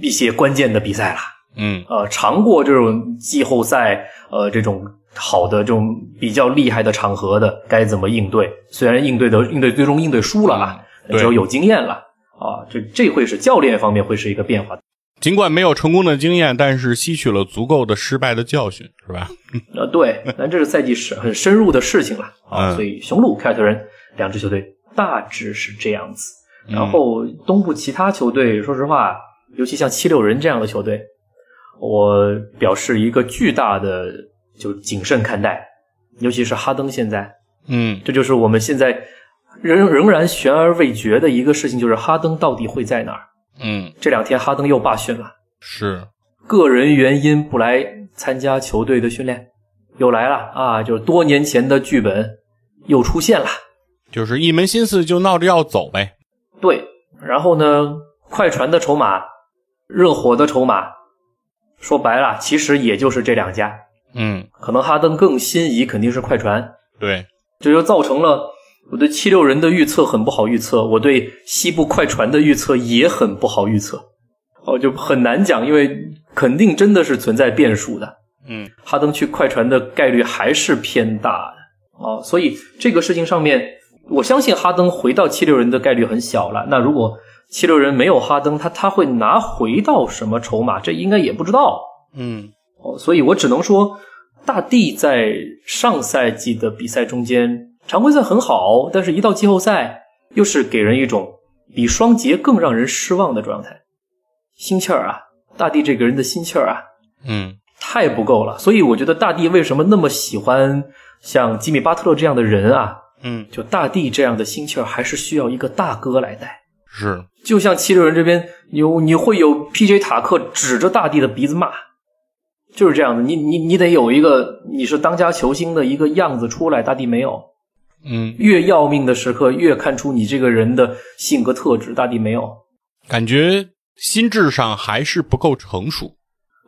一些关键的比赛了，嗯呃，尝过这种季后赛，呃，这种好的这种比较厉害的场合的该怎么应对。虽然应对的应对最终应对输了啊，嗯对只有有经验了啊，这这会是教练方面会是一个变化。尽管没有成功的经验，但是吸取了足够的失败的教训，是吧？呃，对，但这个赛季是很深入的事情了啊。嗯所以雄鹿、凯尔特人两支球队大致是这样子。嗯然后东部其他球队，说实话，尤其像七六人这样的球队，我表示一个巨大的就谨慎看待，尤其是哈登现在，嗯这就是我们现在仍仍然悬而未决的一个事情，就是哈登到底会在哪儿？嗯，这两天哈登又罢训了。是，个人原因不来参加球队的训练，又来了啊！就是多年前的剧本又出现了。就是一门心思就闹着要走呗。对，然后呢，快船的筹码、热火的筹码，说白了，其实也就是这两家。嗯，可能哈登更心仪肯定是快船，对，这就造成了我对七六人的预测很不好预测，我对西部快船的预测也很不好预测。哦，就很难讲，因为肯定真的是存在变数的。嗯哈登去快船的概率还是偏大的哦，所以这个事情上面，我相信哈登回到七六人的概率很小了。那如果七六人没有哈登，他他会拿回到什么筹码？这应该也不知道嗯哦，所以我只能说，大帝在上赛季的比赛中间，常规赛很好，但是一到季后赛，又是给人一种比双节更让人失望的状态。心气儿啊，大帝这个人的心气儿啊，嗯太不够了。所以我觉得大帝为什么那么喜欢像吉米巴特勒这样的人啊？嗯，就大帝这样的心气儿，还是需要一个大哥来带。是，就像七六人这边有你会有 PJ 塔克指着大帝的鼻子骂，就是这样的。你你你得有一个你是当家球星的一个样子出来，大帝没有。嗯，越要命的时刻，越看出你这个人的性格特质，大帝没有。感觉心智上还是不够成熟。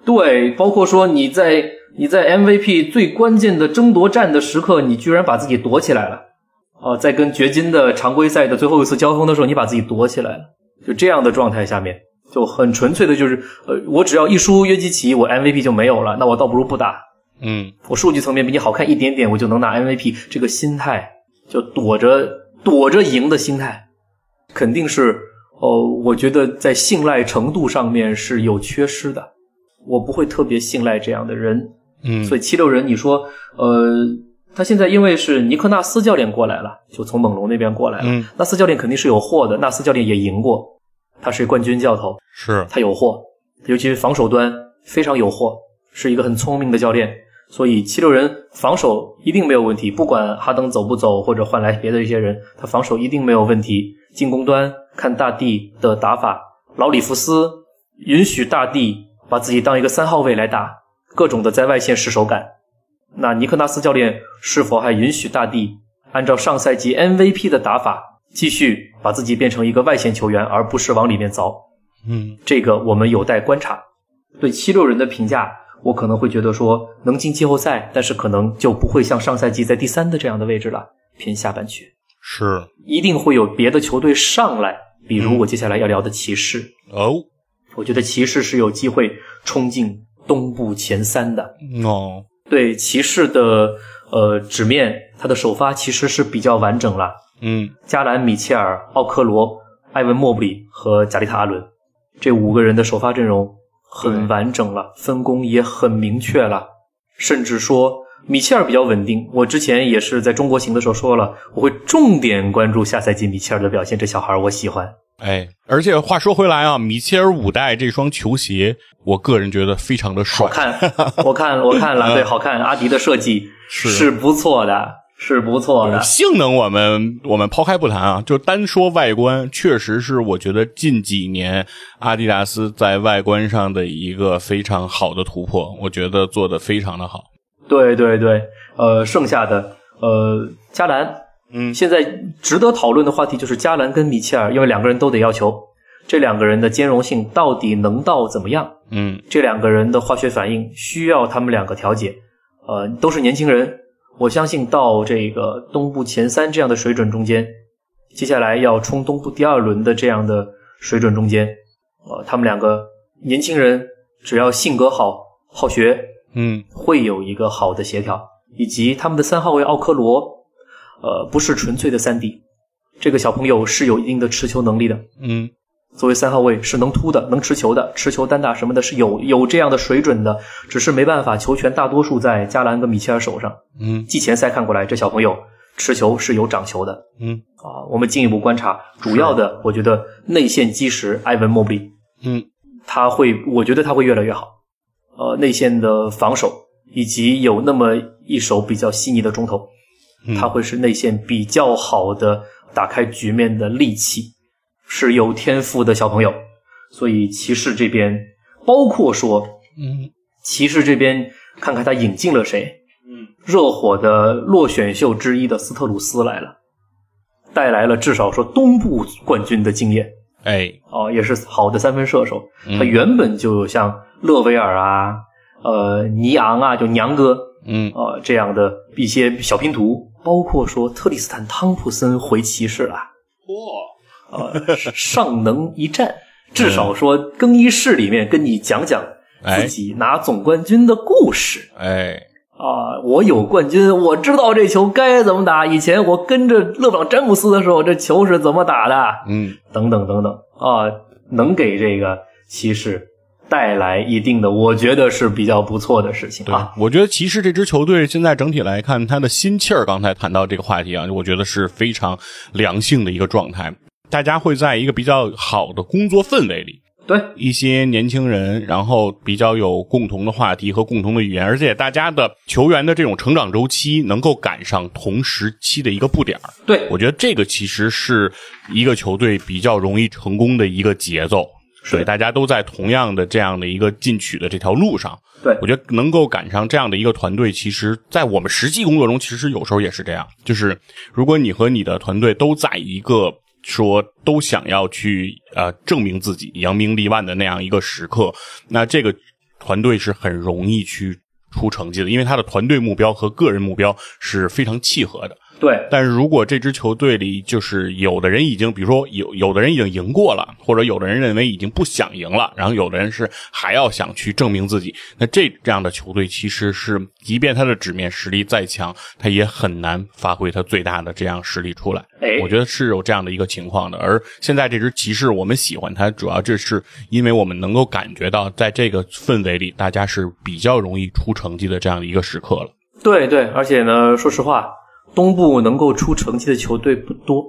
对，包括说你在你在 MVP 最关键的争夺战的时刻，你居然把自己躲起来了。哦，在跟掘金的常规赛的最后一次交锋的时候，你把自己躲起来了。就这样的状态下面，就很纯粹的就是，呃，我只要一输约基奇，我 MVP 就没有了，那我倒不如不打。嗯我数据层面比你好看一点点，我就能拿 MVP。这个心态，就躲着躲着赢的心态，肯定是哦，我觉得在信赖程度上面是有缺失的。我不会特别信赖这样的人，嗯，所以七六人，你说，呃，他现在因为是尼克纳斯教练过来了，就从猛龙那边过来了。嗯纳斯教练肯定是有货的，纳斯教练也赢过，他是冠军教头。是，他有货，尤其是防守端非常有货，是一个很聪明的教练。所以七六人防守一定没有问题，不管哈登走不走，或者换来别的一些人，他防守一定没有问题。进攻端看大帝的打法，老里弗斯允许大帝把自己当一个三号位来打，各种的在外线试手感。那尼克纳斯教练是否还允许大帝按照上赛季 MVP 的打法，继续把自己变成一个外线球员，而不是往里面凿？嗯这个我们有待观察。对七六人的评价，我可能会觉得说能进季后赛，但是可能就不会像上赛季在第三的这样的位置了，偏下半区，是一定会有别的球队上来，比如我接下来要聊的骑士，哦我觉得骑士是有机会冲进东部前三的。哦，对骑士的呃纸面，他的首发其实是比较完整了，嗯加兰、米切尔、奥科罗、埃文·莫布里和贾利塔·阿伦这五个人的首发阵容很完整了，分工也很明确了，甚至说米切尔比较稳定。我之前也是在中国行的时候说了，我会重点关注下赛季米切尔的表现，这小孩我喜欢。哎，而且话说回来啊，米切尔五代这双球鞋，我个人觉得非常的帅我。看，我看，我看了，对，好看。阿迪的设计是是不错的，是不错的。性能我们我们抛开不谈啊，就单说外观，确实是我觉得近几年阿迪达斯在外观上的一个非常好的突破，我觉得做的非常的好。对对对，呃，剩下的呃，加兰，嗯现在值得讨论的话题就是加兰跟米切尔，因为两个人都得要求，这两个人的兼容性到底能到怎么样？嗯这两个人的化学反应需要他们两个调节，呃，都是年轻人，我相信到这个东部前三这样的水准中间，接下来要冲东部第二轮的这样的水准中间，呃，他们两个年轻人只要性格好，好学，嗯会有一个好的协调，以及他们的三号位奥科罗，呃，不是纯粹的三 D，这个小朋友是有一定的持球能力的。嗯作为三号位是能突的，能持球的，持球单打什么的是有有这样的水准的，只是没办法，球权大多数在加兰跟米切尔手上。嗯季前赛看过来，这小朋友持球是有掌球的嗯啊。我们进一步观察，主要的我觉得内线基石埃文莫布利，嗯他会，我觉得他会越来越好。呃，内线的防守以及有那么一手比较细腻的中投，嗯他会是内线比较好的打开局面的利器，是有天赋的小朋友。所以骑士这边，包括说嗯骑士这边，看看他引进了谁，嗯热火的落选秀之一的斯特鲁斯来了，带来了至少说东部冠军的经验。哎哦，也是好的三分射手。嗯他原本就有像勒维尔啊、呃尼昂啊，就娘哥嗯呃这样的一些小拼图，包括说特里斯坦·汤普森回骑士了，哇呃，上能一战，至少说更衣室里面跟你讲讲哎自己拿总冠军的故事。哎啊，我有冠军，我知道这球该怎么打。以前我跟着勒布朗·詹姆斯的时候，这球是怎么打的？嗯等等等等啊，能给这个骑士带来一定的，我觉得是比较不错的事情对啊。，我觉得骑士这支球队现在整体来看，他的心气儿，刚才谈到这个话题啊，我觉得是非常良性的一个状态。大家会在一个比较好的工作氛围里，对，一些年轻人，然后比较有共同的话题和共同的语言，而且大家的球员的这种成长周期能够赶上同时期的一个步点儿对，我觉得这个其实是一个球队比较容易成功的一个节奏。是对，大家都在同样的这样的一个进取的这条路上。对我觉得能够赶上这样的一个团队，其实，在我们实际工作中，其实有时候也是这样。就是如果你和你的团队都在一个说都想要去呃证明自己、扬名立万的那样一个时刻，那这个团队是很容易去出成绩的，因为他的团队目标和个人目标是非常契合的。对，但是如果这支球队里就是有的人已经，比如说有有的人已经赢过了，或者有的人认为已经不想赢了，然后有的人是还要想去证明自己，那这这样的球队其实是，即便他的纸面实力再强，他也很难发挥他最大的这样实力出来。哎我觉得是有这样的一个情况的。而现在这支骑士，我们喜欢它，主要这是因为我们能够感觉到，在这个氛围里，大家是比较容易出成绩的这样的一个时刻了。对对，而且呢，说实话，东部能够出成绩的球队不多。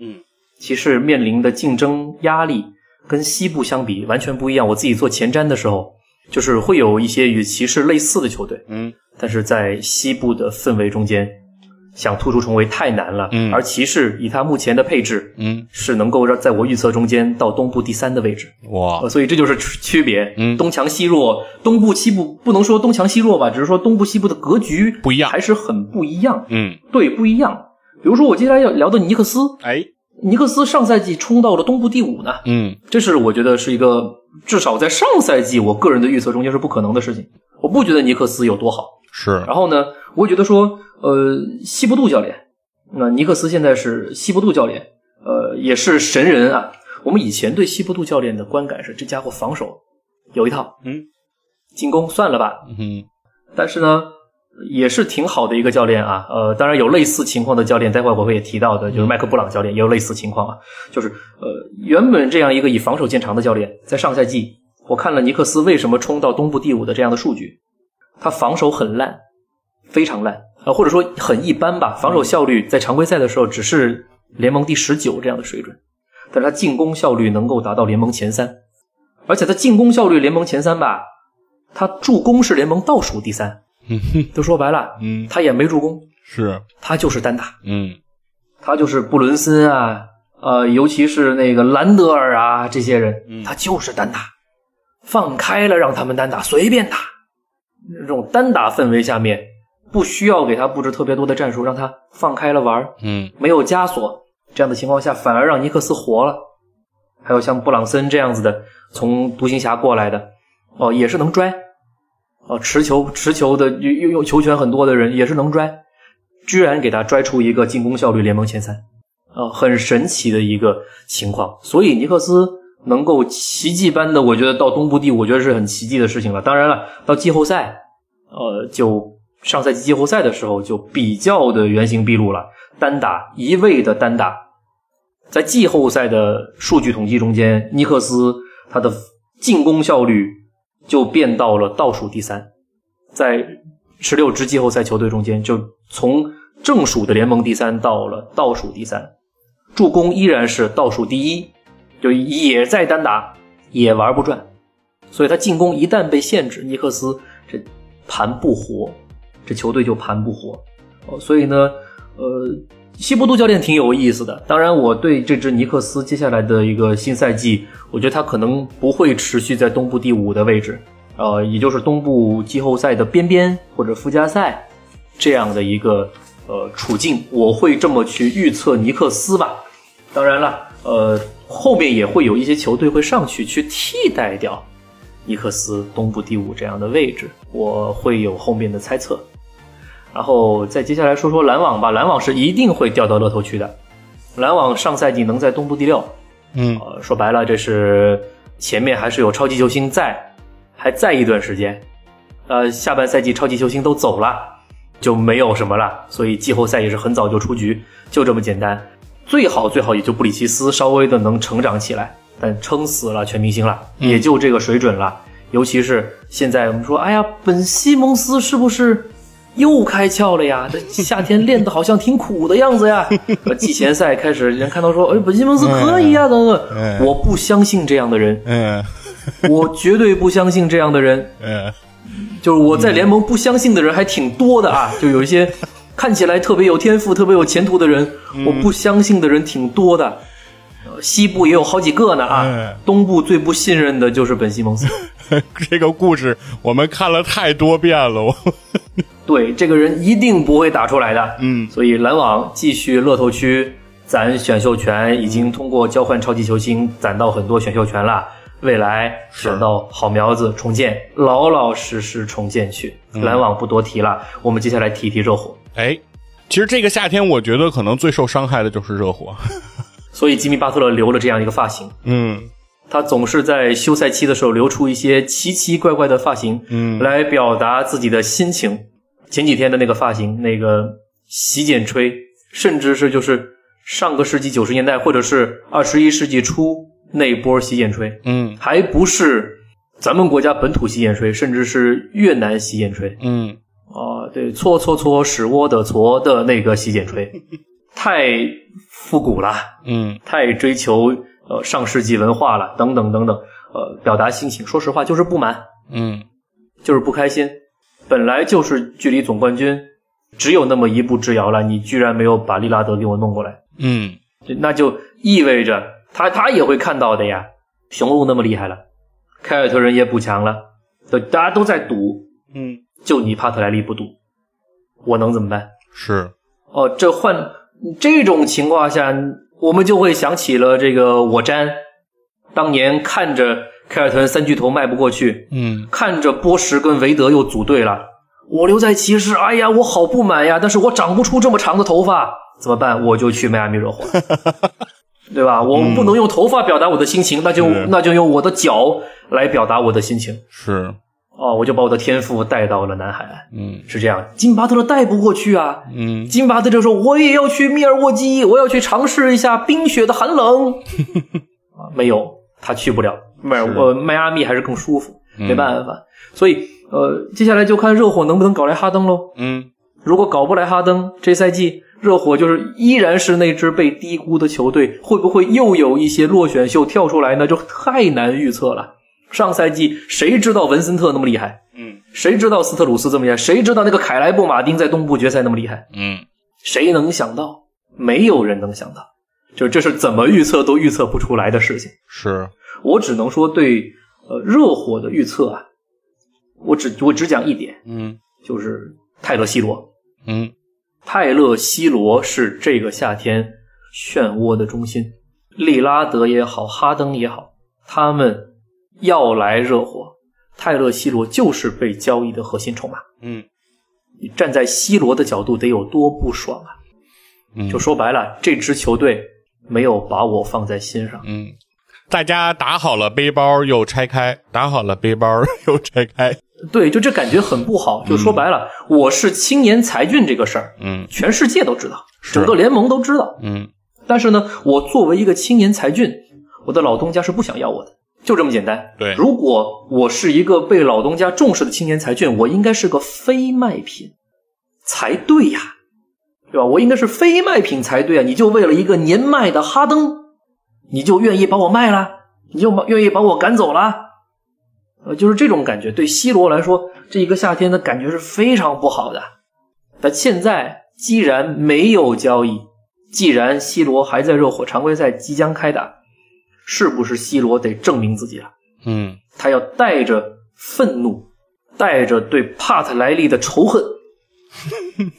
嗯，骑士面临的竞争压力跟西部相比完全不一样。我自己做前瞻的时候，就是会有一些与骑士类似的球队，嗯但是在西部的氛围中间，想突出重围太难了。嗯而骑士以他目前的配置，嗯，是能够让在我预测中间到东部第三的位置，哇呃，，所以这就是区区别。嗯东强西弱，东部西部不能说东强西弱吧，只是说东部西部的格局不一样还是很不一样。嗯，对，不一样。比如说，我接下来要聊的尼克斯，哎。尼克斯上赛季冲到了东部第五呢，嗯这是我觉得是一个至少在上赛季我个人的预测中间是不可能的事情。我不觉得尼克斯有多好，，是，然后呢，我会觉得说，呃，西伯杜教练，那尼克斯现在是西伯杜教练，呃，也是神人啊。我们以前对西伯杜教练的观感是，这家伙防守有一套，嗯，进攻算了吧。嗯但是呢，也是挺好的一个教练啊。呃，当然有类似情况的教练，待会儿我会也提到的，就是麦克布朗教练也有类似情况啊。就是呃，原本这样一个以防守见长的教练，在上赛季我看了尼克斯为什么冲到东部第五的这样的数据，他防守很烂，非常烂啊、呃或者说很一般吧。防守效率在常规赛的时候只是联盟第十九这样的水准，但是他进攻效率能够达到联盟前三，而且他进攻效率联盟前三吧，他助攻是联盟倒数第三。嗯哼都说白了，嗯，他也没助攻，是，他就是单打，嗯他就是布伦森啊，呃，尤其是那个兰德尔啊这些嗯人，他就是单打，放开了让他们单打，随便打。这种单打氛围下面，不需要给他布置特别多的战术，让他放开了玩儿嗯没有枷锁，这样的情况下反而让尼克斯活了。还有像布朗森这样子的，从独行侠过来的，哦，也是能拽，哦，持球持球的拥拥有球权很多的人也是能拽，居然给他拽出一个进攻效率联盟前三，呃，很神奇的一个情况。所以尼克斯能够奇迹般的，我觉得到东部第五，我觉得是很奇迹的事情了。当然了，到季后赛，呃，就上赛季季后赛的时候就比较的原形毕露了，单打一味的单打，在季后赛的数据统计中间，尼克斯他的进攻效率就变到了倒数第三，在十六支季后赛球队中间，就从正数的联盟第三到了倒数第三，助攻依然是倒数第一，就也在单打，也玩不转，所以他进攻一旦被限制，尼克斯这盘不活，这球队就盘不活。哦，所以呢，呃，西伯杜教练挺有意思的。当然，我对这支尼克斯接下来的一个新赛季，我觉得他可能不会持续在东部第五的位置，呃，也就是东部季后赛的边边或者附加赛这样的一个呃处境，我会这么去预测尼克斯吧。当然了，呃，后面也会有一些球队会上去去替代掉尼克斯东部第五这样的位置，我会有后面的猜测。然后再接下来说说篮网吧，篮网是一定会掉到乐透区的。篮网上赛季能在东部第六，嗯呃，说白了，这是前面还是有超级球星在，还在一段时间。呃，下半赛季超级球星都走了，就没有什么了，所以季后赛也是很早就出局，就这么简单。最好最好也就布里奇斯稍微的能成长起来，但撑死了全明星了，嗯也就这个水准了。尤其是现在我们说，哎呀，本西蒙斯是不是又开窍了呀？这夏天练的好像挺苦的样 子呀。呃季前赛开始，人看到说，哎，本西蒙斯可以呀，等嗯，等。我不相信这样的人嗯我绝对不相信这样的人。嗯就是我在联盟不相信的人还挺多的嗯啊，就有一些看起来特别有天赋、特别有前途的人，嗯我不相信的人挺多的。呃西部也有好几个呢啊嗯，东部最不信任的就是本西蒙 斯。这个故事我们看了太多遍了，我对，这个人一定不会打出来的。嗯所以篮网继续乐透区攒选秀权，已经通过交换超级球星攒到很多选秀权了。未来选到好苗子重建，老老实实重建去。嗯篮网不多提了，我们接下来提一提热火。哎，其实这个夏天我觉得可能最受伤害的就是热火，所以吉米巴特勒留了这样一个发型，嗯他总是在休赛期的时候留出一些奇奇怪怪的发型，嗯来表达自己的心情。前几天的那个发型，那个洗剪吹，甚至是就是上个世纪九十年代或者是二十一世纪初那波洗剪吹，嗯还不是咱们国家本土洗剪吹，甚至是越南洗剪吹。嗯啊，对，搓搓搓，使窝的搓的那个洗剪吹，太复古了。嗯太追求呃上世纪文化了，等等等等，呃，表达心情，说实话就是不满，嗯就是不开心。本来就是距离总冠军只有那么一步之遥了，你居然没有把利拉德给我弄过来，嗯这那就意味着他他也会看到的呀。雄鹿那么厉害了，凯尔特人也补强了，对，大家都在赌，嗯，就你帕特莱利不赌，我能怎么办？是，哦，这换这种情况下，我们就会想起了这个我詹，当年看着凯尔特人三巨头迈不过去，嗯看着波什跟韦德又组队了，我留在骑士，哎呀，我好不满呀！但是我长不出这么长的头发，怎么办？我就去迈阿密热火，对吧？我不能用头发表达我的心情，那就是那就用我的脚来表达我的心情。是，哦，我就把我的天赋带到了南海岸，嗯是这样。金巴特勒带不过去啊，嗯金巴特就说：“我也要去密尔沃基，我要去尝试一下冰雪的寒冷。”啊，没有，他去不了。迈是呃，迈阿密还是更舒服，嗯没办法。所以呃，接下来就看热火能不能搞来哈登喽。嗯如果搞不来哈登，这赛季热火就是依然是那支被低估的球队，会不会又有一些落选秀跳出来呢？就太难预测了。上赛季谁知道文森特那么厉害？嗯谁知道斯特鲁斯这么厉害？谁知道那个凯莱布马丁在东部决赛那么厉害？嗯谁能想到？没有人能想到，就这是怎么预测都预测不出来的事情。是，我只能说对呃热火的预测啊，我只我只讲一点，嗯就是泰勒·西罗。嗯泰勒·西罗是这个夏天漩涡的中心，利拉德也好，哈登也好，他们要来热火，泰勒·西罗就是被交易的核心筹码。嗯你站在西罗的角度得有多不爽啊！嗯，就说白了，这支球队没有把我放在心上。嗯，大家打好了背包又拆开，打好了背包 又拆开。对，就这感觉很不好。就说白了，我是青年才俊这个事儿，嗯全世界都知道，是整个联盟都知道。嗯但是呢，我作为一个青年才俊，我的老东家是不想要我的，就这么简单。对如果我是一个被老东家重视的青年才俊，我应该是个非卖品才对呀，对吧？我应该是非卖品才对啊！你就为了一个年迈的哈登，你就愿意把我卖了，你就愿意把我赶走了。呃，就是这种感觉，对 C 罗来说，这一个夏天的感觉是非常不好的。但现在既然没有交易，既然 C 罗还在热火，常规赛即将开打，是不是 C 罗得证明自己了？嗯他要带着愤怒，带着对帕特莱利的仇恨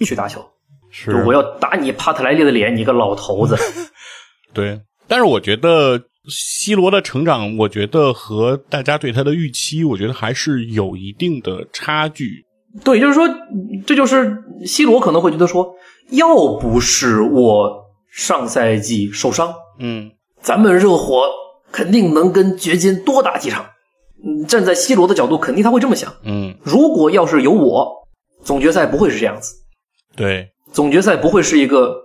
去打球。是就我要打你帕特莱利的脸，你个老头子！ 对，但是我觉得 C 罗的成长，我觉得和大家对他的预期，我觉得还是有一定的差距。对，就是说，这就是 C 罗可能会觉得说，要不是我上赛季受伤，嗯，咱们热火肯定能跟掘金多打几场。嗯站在 C 罗的角度，肯定他会这么想。嗯，如果要是有我，总决赛不会是这样子，对，总决赛不会是一个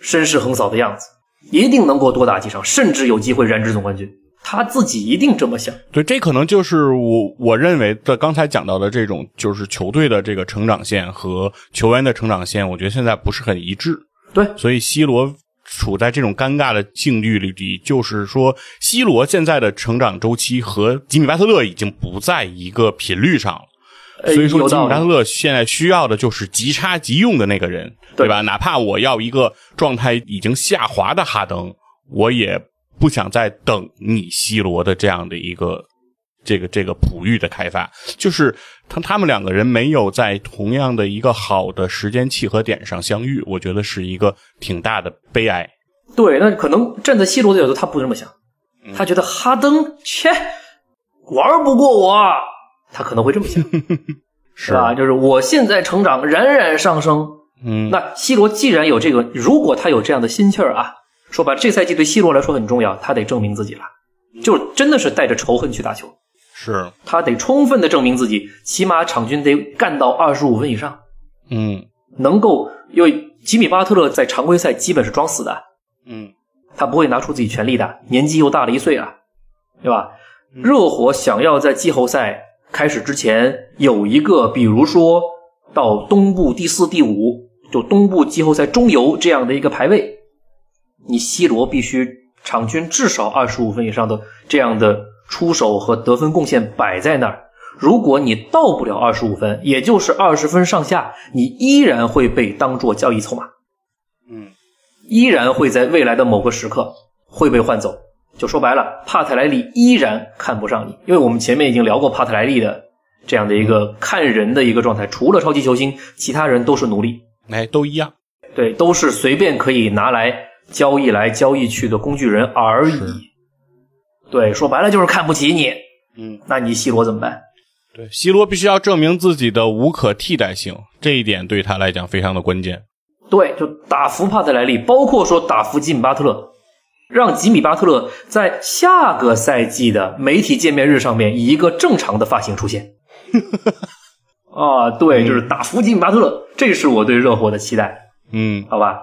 绅士横扫的样子，一定能够多打几场，甚至有机会染指总冠军。他自己一定这么想。对，这可能就是我我认为的刚才讲到的这种，就是球队的这个成长线和球员的成长线，我觉得现在不是很一致。对，所以 C 罗处在这种尴尬的境遇里底，就是说，C 罗现在的成长周期和吉米巴特勒已经不在一个频率上了。呃所以说，有吉米道巴特理。勒现在需要的就是即插即用的那个人，对对吧？哪怕我要一个状态已经下滑的哈登，我也不想再等你 C 罗的这样的一个这个这个璞玉的开发，就是他他们两个人没有在同样的一个好的时间契合点上相遇，我觉得是一个挺大的悲哀。对，那可能站在 C 罗的角度，他不这么想，他觉得哈登切玩不过我，他可能会这么想，是是吧？就是我现在成长冉冉上升，嗯，啊那 C 罗既然有这个，如果他有这样的心气儿啊，说白了，这赛季对 C 罗来说很重要，他得证明自己了，就是真的是带着仇恨去打球，是，他得充分的证明自己，起码场均得干到二十五分以上，嗯能够因为吉米巴特勒在常规赛基本是装死的，嗯，他不会拿出自己全力的，年纪又大了一岁了，对吧？热火想要在季后赛开始之前有一个，比如说到东部第四、第五，就东部季后赛中游这样的一个排位，你 C 罗必须场均至少二十五分以上的这样的出手和得分贡献摆在那儿。如果你到不了二十五分，也就是二十分上下，你依然会被当作交易筹码。嗯依然会在未来的某个时刻会被换走。就说白了，帕特莱利依然看不上你，因为我们前面已经聊过帕特莱利的这样的一个看人的一个状态，除了超级球星，其他人都是奴隶，哎，都一样。对，都是随便可以拿来交易来交易去的工具人而是已。对，说白了就是看不起你。嗯，那你 C 罗怎么办？对，C 罗必须要证明自己的无可替代性，这一点对他来讲非常的关键。对，就打服帕特莱利，包括说打服吉米巴特勒，让吉米巴特勒在下个赛季的媒体见面日上面以一个正常的发型出 现。啊，对，就是打服吉米巴特勒，这是我对热火的期待，嗯，好吧？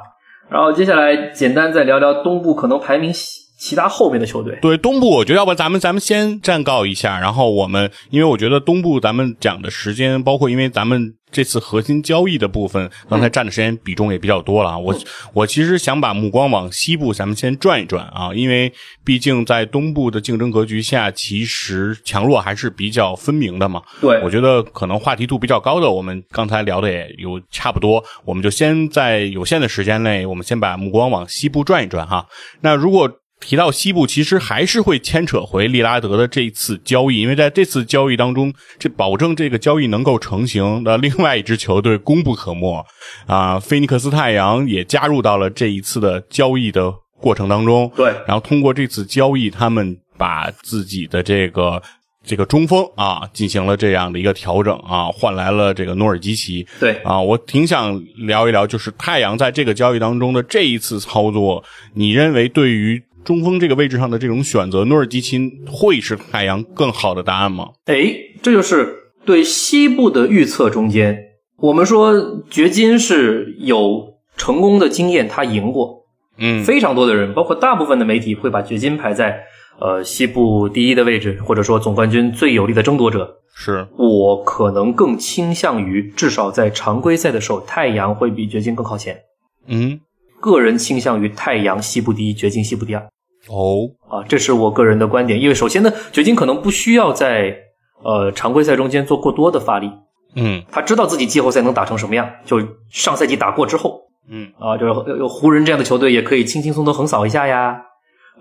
然后接下来简单再聊聊东部可能排名其其他后面的球队。对东部，我觉得要不然咱们咱们先暂告一下，然后我们因为我觉得东部咱们讲的时间，包括因为咱们这次核心交易的部分，刚才占的时间比重也比较多了啊。我我其实想把目光往西部咱们先转一转啊，因为毕竟在东部的竞争格局下，其实强弱还是比较分明的嘛。对我觉得可能话题度比较高的，我们刚才聊的也有差不多，我们就先在有限的时间内，我们先把目光往西部转一转哈。那如果提到西部，其实还是会牵扯回利拉德的这一次交易，因为在这次交易当中，这保证这个交易能够成型的另外一支球队功不可没啊，菲尼克斯太阳也加入到了这一次的交易的过程当中。对然后通过这次交易，他们把自己的这个这个中锋啊进行了这样的一个调整啊，换来了这个诺尔基奇。对，啊，我挺想聊一聊，就是太阳在这个交易当中的这一次操作，你认为对于中锋这个位置上的这种选择，诺尔基奇会是太阳更好的答案吗？哎，这就是对西部的预测中间，我们说掘金是有成功的经验，他赢过，嗯非常多的人，包括大部分的媒体会把掘金排在呃西部第一的位置，或者说总冠军最有力的争夺者。是，我可能更倾向于，至少在常规赛的时候，太阳会比掘金更靠前。嗯个人倾向于太阳西部第一，掘金西部第二哦，啊，这是我个人的观点。因为首先呢，掘金可能不需要在呃常规赛中间做过多的发力，嗯他知道自己季后赛能打成什么样，就上赛季打过之后，嗯啊，就是有湖人这样的球队也可以轻轻松松横扫一下呀，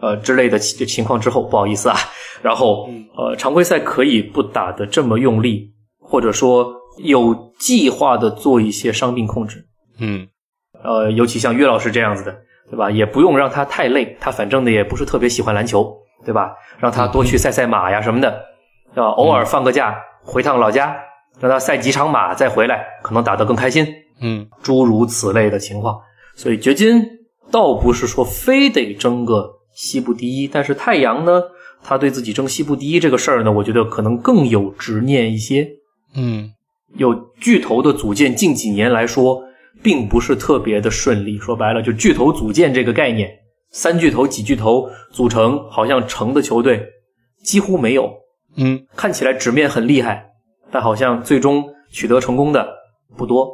呃之类的情情况之后，不好意思啊，然后呃常规赛可以不打的这么用力，或者说有计划的做一些伤病控制，嗯呃，尤其像岳老师这样子的，对吧？也不用让他太累，他反正呢也不是特别喜欢篮球，对吧？让他多去赛赛马呀什么的，对吧？偶尔放个假回趟老家，让他赛几场马再回来，可能打得更开心。嗯诸如此类的情况。所以掘金倒不是说非得争个西部第一，但是太阳呢，他对自己争西部第一这个事儿呢，我觉得可能更有执念一些。嗯有巨头的组建，近几年来说，并不是特别的顺利。说白了，就巨头组建这个概念，三巨头、几巨头组成，好像成的球队几乎没有。嗯看起来纸面很厉害，但好像最终取得成功的不多。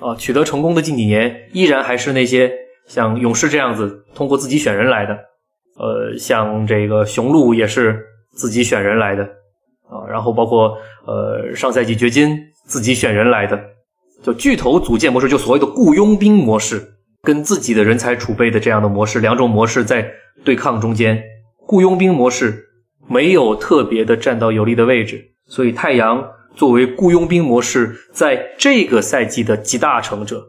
啊，取得成功的近几年，依然还是那些像勇士这样子通过自己选人来的，呃，像这个雄鹿也是自己选人来的，啊，然后包括呃上赛季掘金自己选人来的，就巨头组建模式，就所谓的雇佣兵模式，跟自己的人才储备的这样的模式，两种模式在对抗中间，雇佣兵模式没有特别的占到有利的位置，所以太阳作为雇佣兵模式在这个赛季的集大成者，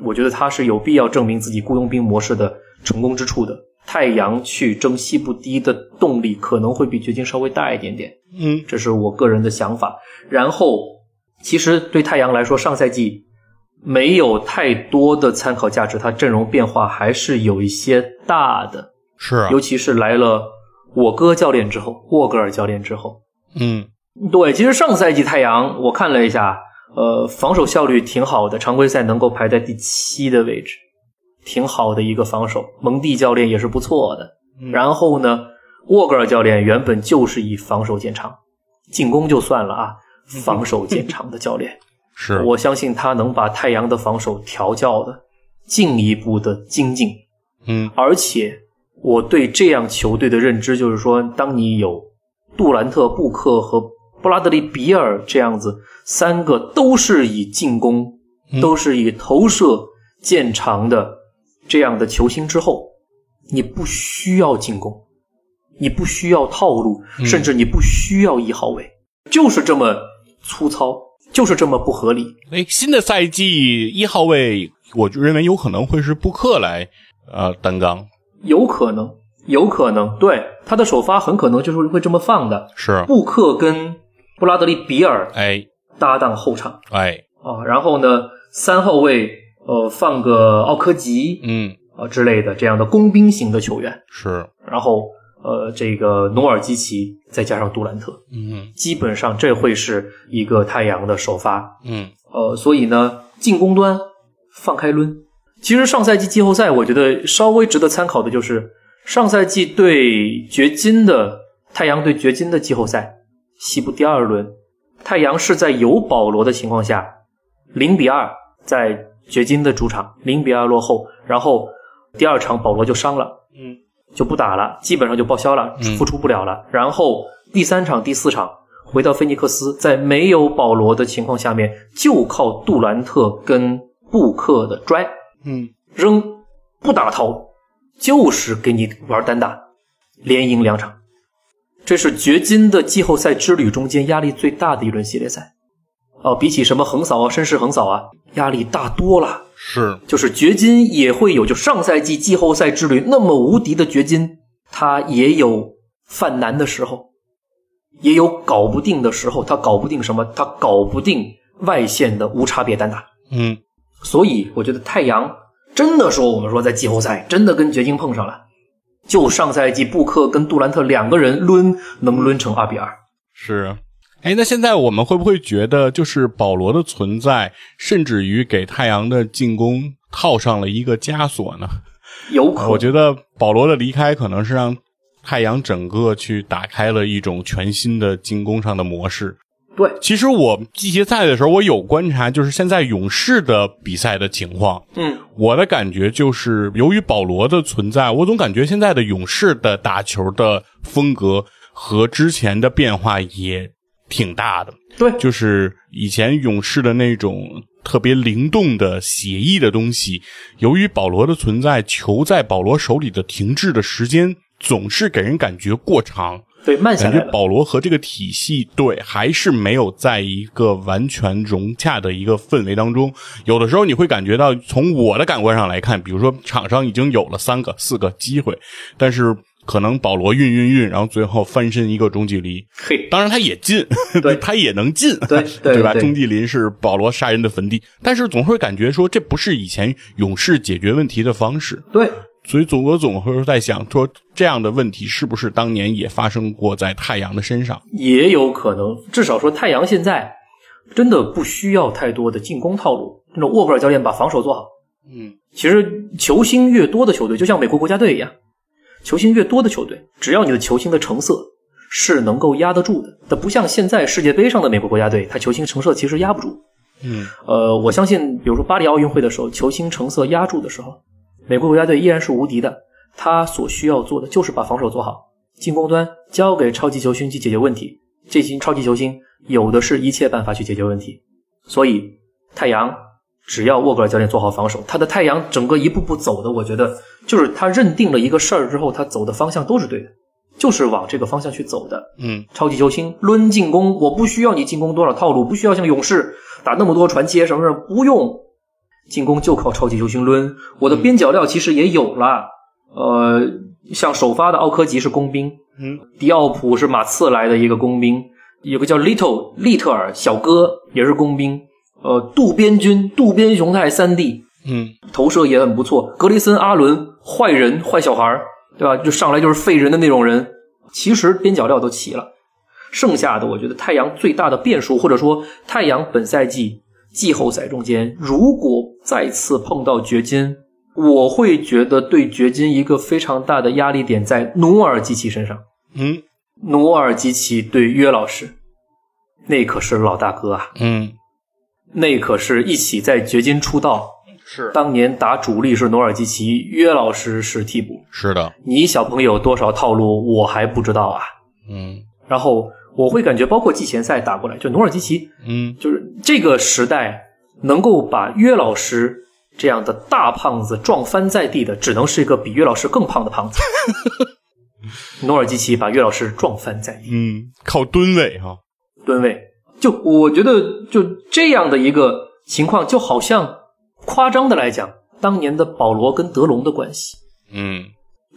我觉得他是有必要证明自己雇佣兵模式的成功之处的。太阳去争西部第一的动力可能会比掘金稍微大一点点，嗯这是我个人的想法。然后，其实对太阳来说，上赛季没有太多的参考价值，它阵容变化还是有一些大的，是啊尤，其是来了我哥教练之后，沃格尔教练之后，嗯对，其实上赛季太阳我看了一下，呃，防守效率挺好的，常规赛能够排在第七的位置，挺好的一个防守。蒙蒂教练也是不错的。嗯然后呢，沃格尔教练原本就是以防守见长，进攻就算了啊，防守见长的教练。嗯 是，我相信他能把太阳的防守调教的进一步的精进，嗯而且我对这样球队的认知就是说，当你有杜兰特、布克和布拉德利·比尔这样子三个都是以进攻、嗯都是以投射见长的这样的球星之后，你不需要进攻，你不需要套路，甚至你不需要一号位，就是这么粗糙，就是这么不合理。哎，新的赛季一号位，我就认为有可能会是布克来呃担纲，有可能，有可能，对他的首发很可能就是会这么放的。是，布克跟布拉德利·比尔哎搭档后场哎，啊，然后呢，三号位呃放个奥科吉嗯啊之类的这样的工兵型的球员，是，然后呃这个努尔基奇再加上杜兰特，嗯基本上这会是一个太阳的首发嗯呃，所以呢，进攻端放开抡。其实上赛季季后赛，我觉得稍微值得参考的就是上赛季对掘金的太阳对掘金的季后赛西部第二轮，太阳是在有保罗的情况下，零比二在掘金的主场零比二落后，然后第二场保罗就伤了，嗯就不打了，基本上就报销了嗯，复出不了了。然后第三场、第四场回到菲尼克斯，在没有保罗的情况下面，就靠杜兰特跟布克的拽嗯扔，不打掏，就是给你玩单打，连赢两场。这是掘金的季后赛之旅中间压力最大的一轮系列赛，哦、比起什么横扫啊、绅士横扫啊，压力大多了。是，就是掘金也会有，就上赛季季后赛之旅那么无敌的掘金，他也有犯难的时候，也有搞不定的时候。他搞不定什么？他搞不定外线的无差别单打。嗯所以我觉得太阳真的说，我们说在季后赛真的跟掘金碰上了，就上赛季布克跟杜兰特两个人抡，能抡成二比二。是。哎，那现在我们会不会觉得，就是保罗的 存在，甚至于给太阳的进攻套上了一个枷锁呢？有呃可我觉得保罗的离开可能是让太阳整个去打开了一种全新的进攻上的模式。对，其实我季前赛的时候，我有观察，就是现在勇士的比赛的情况，嗯，我的感觉就是，由于保罗的存在，我总感觉现在的勇士的打球的风格和之前的变化也挺大的。对，就是以前勇士的那种特别灵动的写意的东西，由于保罗的存在，球在保罗手里的停滞的时间总是给人感觉过长。对，慢下感来觉了。保罗和这个体系对还是没有在一个完全融洽的一个氛围当中。有的时候你会感觉到，从我的感官上来看，比如说场上已经有了三个、四个机会，但是可能保罗运运运，然后最后翻身一个中距离。嘿，当然，他也进，对他也能进，对对吧？对中继林是保罗杀人的坟地，但是总会感觉说这不是以前勇士解决问题的方式。对，所以总我总会在想说，这样的问题是不是当年也发生过在太阳的身上？也有可能，至少说太阳现在真的不需要太多的进攻套路，那种沃格尔教练把防守做好。嗯，其实球星越多的球队，就像美国国家队一样，球星越多的球队，只要你的球星的成色是能够压得住的，它不像现在世界杯上的美国国家队，它球星成色其实压不住。嗯，呃，我相信，比如说巴黎奥运会的时候，球星成色压住的时候，美国国家队依然是无敌的。他所需要做的就是把防守做好，进攻端交给超级球星去解决问题。这些超级球星有的是一切办法去解决问题，所以太阳只要沃格尔教练做好防守，他的太阳整个一步步走的，我觉得就是他认定了一个事儿之后，他走的方向都是对的，就是往这个方向去走的。嗯，超级球星抡进攻，我不需要你进攻多少套路，不需要像勇士打那么多传切什么的，不用进攻就靠超级球星抡。我的边角料其实也有了，呃，像首发的奥科吉是工兵，嗯，迪奥普是马刺来的一个工兵，有个叫 Little 利特尔小哥也是工兵，呃，渡边君渡边雄太三 D 嗯，投射也很不错。格雷森·阿伦，坏人、坏小孩儿，对吧？就上来就是废人的那种人。其实边角料都齐了，剩下的我觉得太阳最大的变数，或者说太阳本赛季季后赛中间，如果再次碰到掘金，我会觉得对掘金一个非常大的压力点在努尔基奇身上。嗯，努尔基奇对约老师，那可是老大哥啊，嗯，那可是一起在掘金出道是当年打主力是努尔基奇，约老师是替补。是的，你小朋友多少套路我还不知道啊。嗯然后我会感觉，包括季前赛打过来，就努尔基奇，嗯就是这个时代能够把约老师这样的大胖子撞翻在地的，只能是一个比约老师更胖的胖子。努尔基奇把约老师撞翻在地，嗯，靠吨位哈、吨位。就我觉得，就这样的一个情况，就好像夸张的来讲，当年的保罗跟德隆的关系。嗯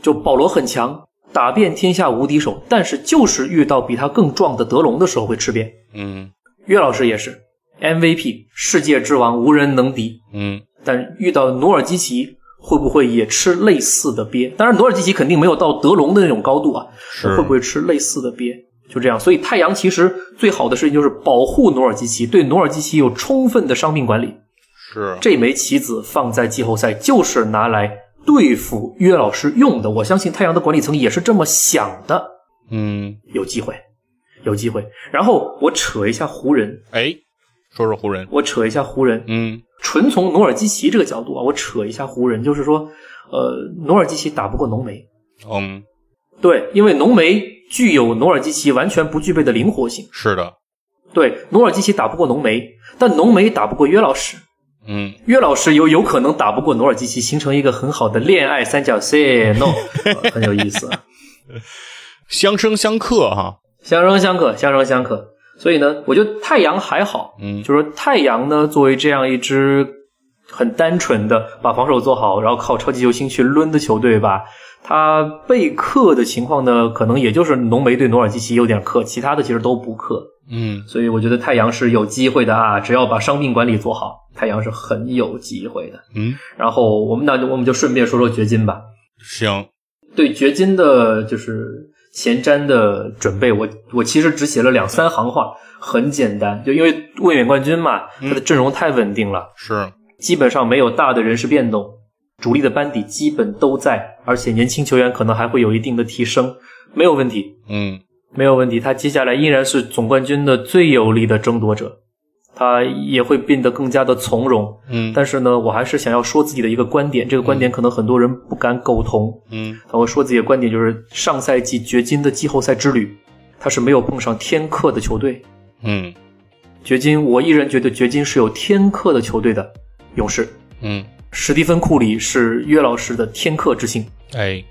就保罗很强，打遍天下无敌手，但是就是遇到比他更壮的德隆的时候会吃瘪。嗯岳老师也是 MVP 世界之王，无人能敌，嗯但遇到努尔基奇会不会也吃类似的瘪？当然，努尔基奇肯定没有到德隆的那种高度啊，是会不会吃类似的鳖？就这样，所以太阳其实最好的事情就是保护努尔基奇，对努尔基奇有充分的伤病管理。是这枚棋子放在季后赛就是拿来对付约老师用的。我相信太阳的管理层也是这么想的，嗯有机会，有机会。然后我扯一下湖人，哎，说说湖人，我扯一下湖人，嗯纯从努尔基奇这个角度啊，我扯一下湖人，就是说，呃，努尔基奇打不过浓眉，嗯对，因为浓眉具有努尔基奇完全不具备的灵活性。是的，对，努尔基奇打不过浓眉，但浓眉打不过约老师，嗯约老师有有可能打不过努尔基奇，形成一个很好的恋爱三角 C no，呃很有意思，啊，相生相克哈、相生相克，相生相克。所以呢，我觉得太阳还好，嗯就说太阳呢，作为这样一支很单纯的把防守做好，然后靠超级球星去抡的球队吧，他被克的情况呢，可能也就是浓眉对努尔基奇有点克，其他的其实都不克。嗯所以我觉得太阳是有机会的啊，只要把伤病管理做好，太阳是很有机会的。嗯然后我们那我们就顺便说说掘金吧。行，对掘金的就是前瞻的准备，我我其实只写了两三行话，很简单，就因为卫冕冠军嘛，他的阵容太稳定了，是基本上没有大的人事变动。主力的班底基本都在，而且年轻球员可能还会有一定的提升，没有问题，嗯没有问题。他接下来依然是总冠军的最有力的争夺者，他也会变得更加的从容。嗯但是呢，我还是想要说自己的一个观点，这个观点可能很多人不敢苟同。嗯我说自己的观点就是，上赛季掘金的季后赛之旅，他是没有碰上天克的球队。嗯掘金，我依然觉得掘金是有天克的球队的。勇士，嗯，史蒂芬·库里是约老师的天克之星，哎，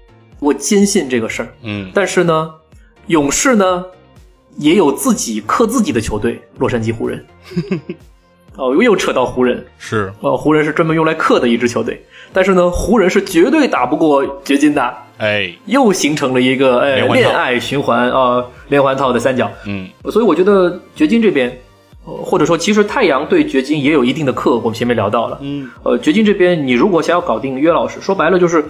我坚信这个事儿。嗯但是呢，勇士呢也有自己克自己的球队，洛杉矶湖人。哦，又扯到湖人，是，呃，湖人是专门用来克的一支球队，但是呢，湖人是绝对打不过掘金的，哎，又形成了一个呃连环套恋爱循环啊、呃连环套的三角。嗯所以我觉得掘金这边，呃或者说其实太阳对掘金也有一定的克，我们前面聊到了。嗯呃，掘金这边你如果想要搞定约老师，说白了就是，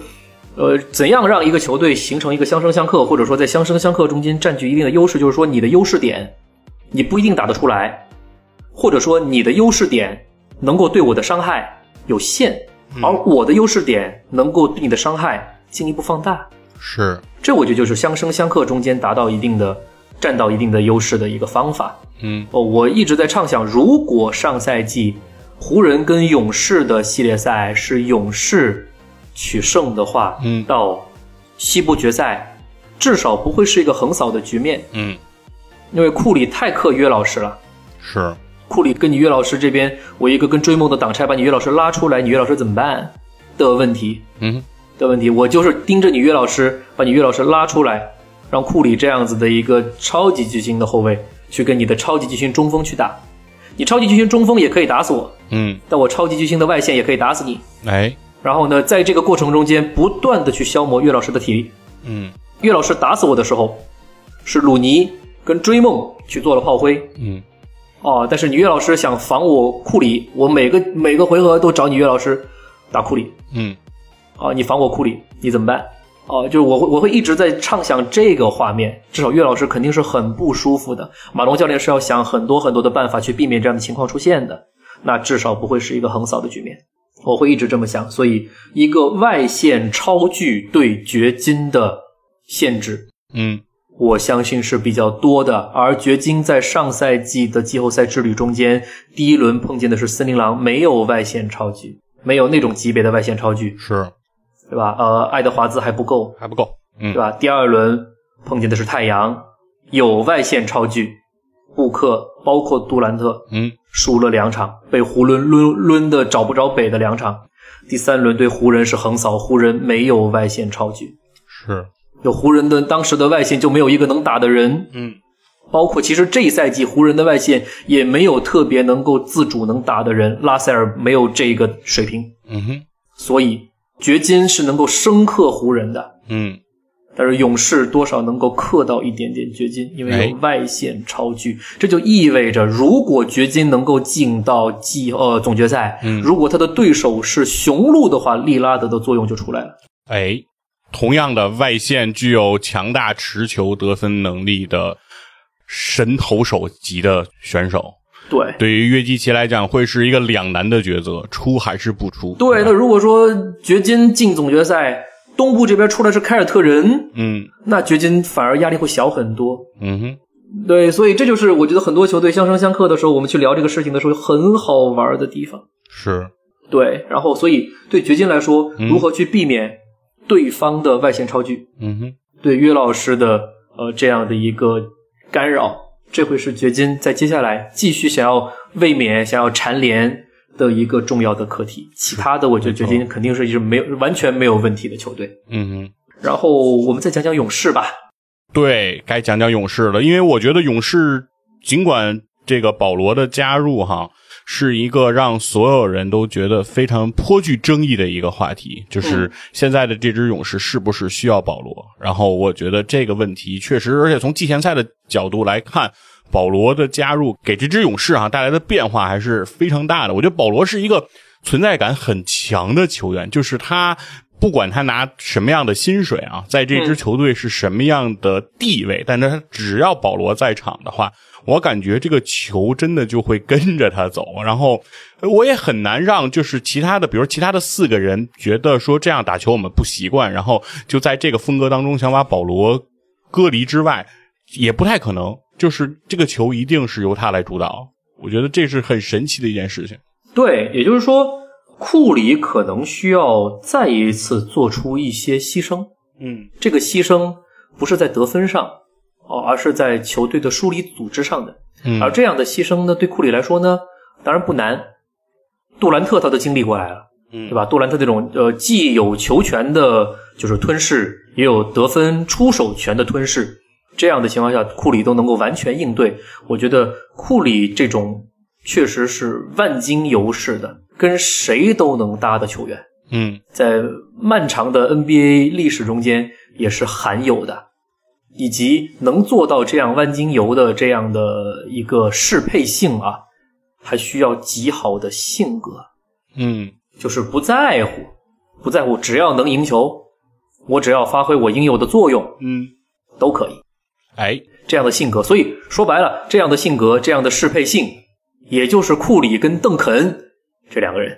呃，怎样让一个球队形成一个相生相克，或者说在相生相克中间占据一定的优势，就是说你的优势点你不一定打得出来，或者说你的优势点能够对我的伤害有限，而我的优势点能够对你的伤害进一步放大。是，这我觉得就是相生相克中间达到一定的占到一定的优势的一个方法。嗯哦，我一直在畅想，如果上赛季湖人跟勇士的系列赛是勇士取胜的话，嗯到西部决赛至少不会是一个横扫的局面，嗯因为库里太克约老师了。是，库里跟你约老师这边，我一个跟追梦的挡拆把你约老师拉出来，你约老师怎么办的问题嗯的问题，我就是盯着你约老师，把你约老师拉出来，让库里这样子的一个超级巨星的后卫去跟你的超级巨星中锋去打。你超级巨星中锋也可以打死我，嗯，但我超级巨星的外线也可以打死你。哎，然后呢，在这个过程中间，不断的去消磨岳老师的体力。嗯岳老师打死我的时候，是鲁尼跟追梦去做了炮灰嗯哦。但是你岳老师想防我库里，我每个每个回合都找你岳老师打库里，嗯啊，你防我库里，你怎么办？哦、就是我会我会一直在畅想这个画面，至少岳老师肯定是很不舒服的。马龙教练是要想很多很多的办法去避免这样的情况出现的，那至少不会是一个横扫的局面。我会一直这么想，所以一个外线超巨对掘金的限制，嗯我相信是比较多的。而掘金在上赛季的季后赛之旅中间，第一轮碰见的是森林狼，没有外线超巨，没有那种级别的外线超巨，是，对吧？呃，爱德华兹还不够，还不够，嗯对吧？第二轮碰见的是太阳，有外线超巨，布克包括杜兰特嗯输了两场，被湖人抡抡的找不着北的两场。第三轮对湖人是横扫，湖人没有外线超巨，是，有湖人的当时的外线就没有一个能打的人，嗯包括其实这一赛季湖人的外线也没有特别能够自主能打的人，拉塞尔没有这个水平，嗯哼，所以掘金是能够深刻湖人的。嗯但是勇士多少能够克到一点点掘金，因为有外线超巨，这就意味着如果掘金能够进到季呃总决赛，嗯如果他的对手是雄鹿的话，利拉德的作用就出来了。哎，同样的外线具有强大持球得分能力的神投手级的选手，对对于约基奇来讲会是一个两难的抉择，出还是不出？对，那吧如果说掘金进总决赛，东部这边出来是凯尔特人，嗯那掘金反而压力会小很多。嗯哼，对，所以这就是我觉得很多球队相生相克的时候，我们去聊这个事情的时候很好玩的地方。是，对，然后所以对掘金来说，如何去避免对方的外线超巨，嗯哼，对约老师的呃这样的一个干扰，这会是掘金在接下来继续想要卫冕、想要蝉联的一个重要的课题。其他的，我觉得掘金肯定是一支没有完全没有问题的球队。嗯哼。然后我们再讲讲勇士吧。对，该讲讲勇士了，因为我觉得勇士尽管这个保罗的加入哈，是一个让所有人都觉得非常颇具争议的一个话题，就是现在的这支勇士是不是需要保罗？然后我觉得这个问题确实，而且从季前赛的角度来看。保罗的加入给这支勇士啊带来的变化还是非常大的。我觉得保罗是一个存在感很强的球员，就是他不管他拿什么样的薪水啊，在这支球队是什么样的地位，但他只要保罗在场的话，我感觉这个球真的就会跟着他走。然后我也很难让就是其他的，比如其他的四个人觉得说这样打球我们不习惯，然后就在这个风格当中想把保罗隔离之外，也不太可能。就是这个球一定是由他来主导，我觉得这是很神奇的一件事情。对，也就是说，库里可能需要再一次做出一些牺牲。嗯这个牺牲不是在得分上，哦，而是在球队的梳理组织上的。嗯而这样的牺牲呢，对库里来说呢，当然不难。杜兰特他都经历过来了，嗯对吧？杜兰特这种呃，既有球权的，就是吞噬，也有得分出手权的吞噬，这样的情况下，库里都能够完全应对。我觉得库里这种确实是万金油似的，跟谁都能搭的球员。嗯在漫长的 NBA 历史中间也是罕有的，以及能做到这样万金油的这样的一个适配性啊，还需要极好的性格，嗯就是不在乎，不在乎，只要能赢球，我只要发挥我应有的作用嗯，都可以。哎，这样的性格，所以说白了，这样的性格，这样的适配性，也就是库里跟邓肯这两个人，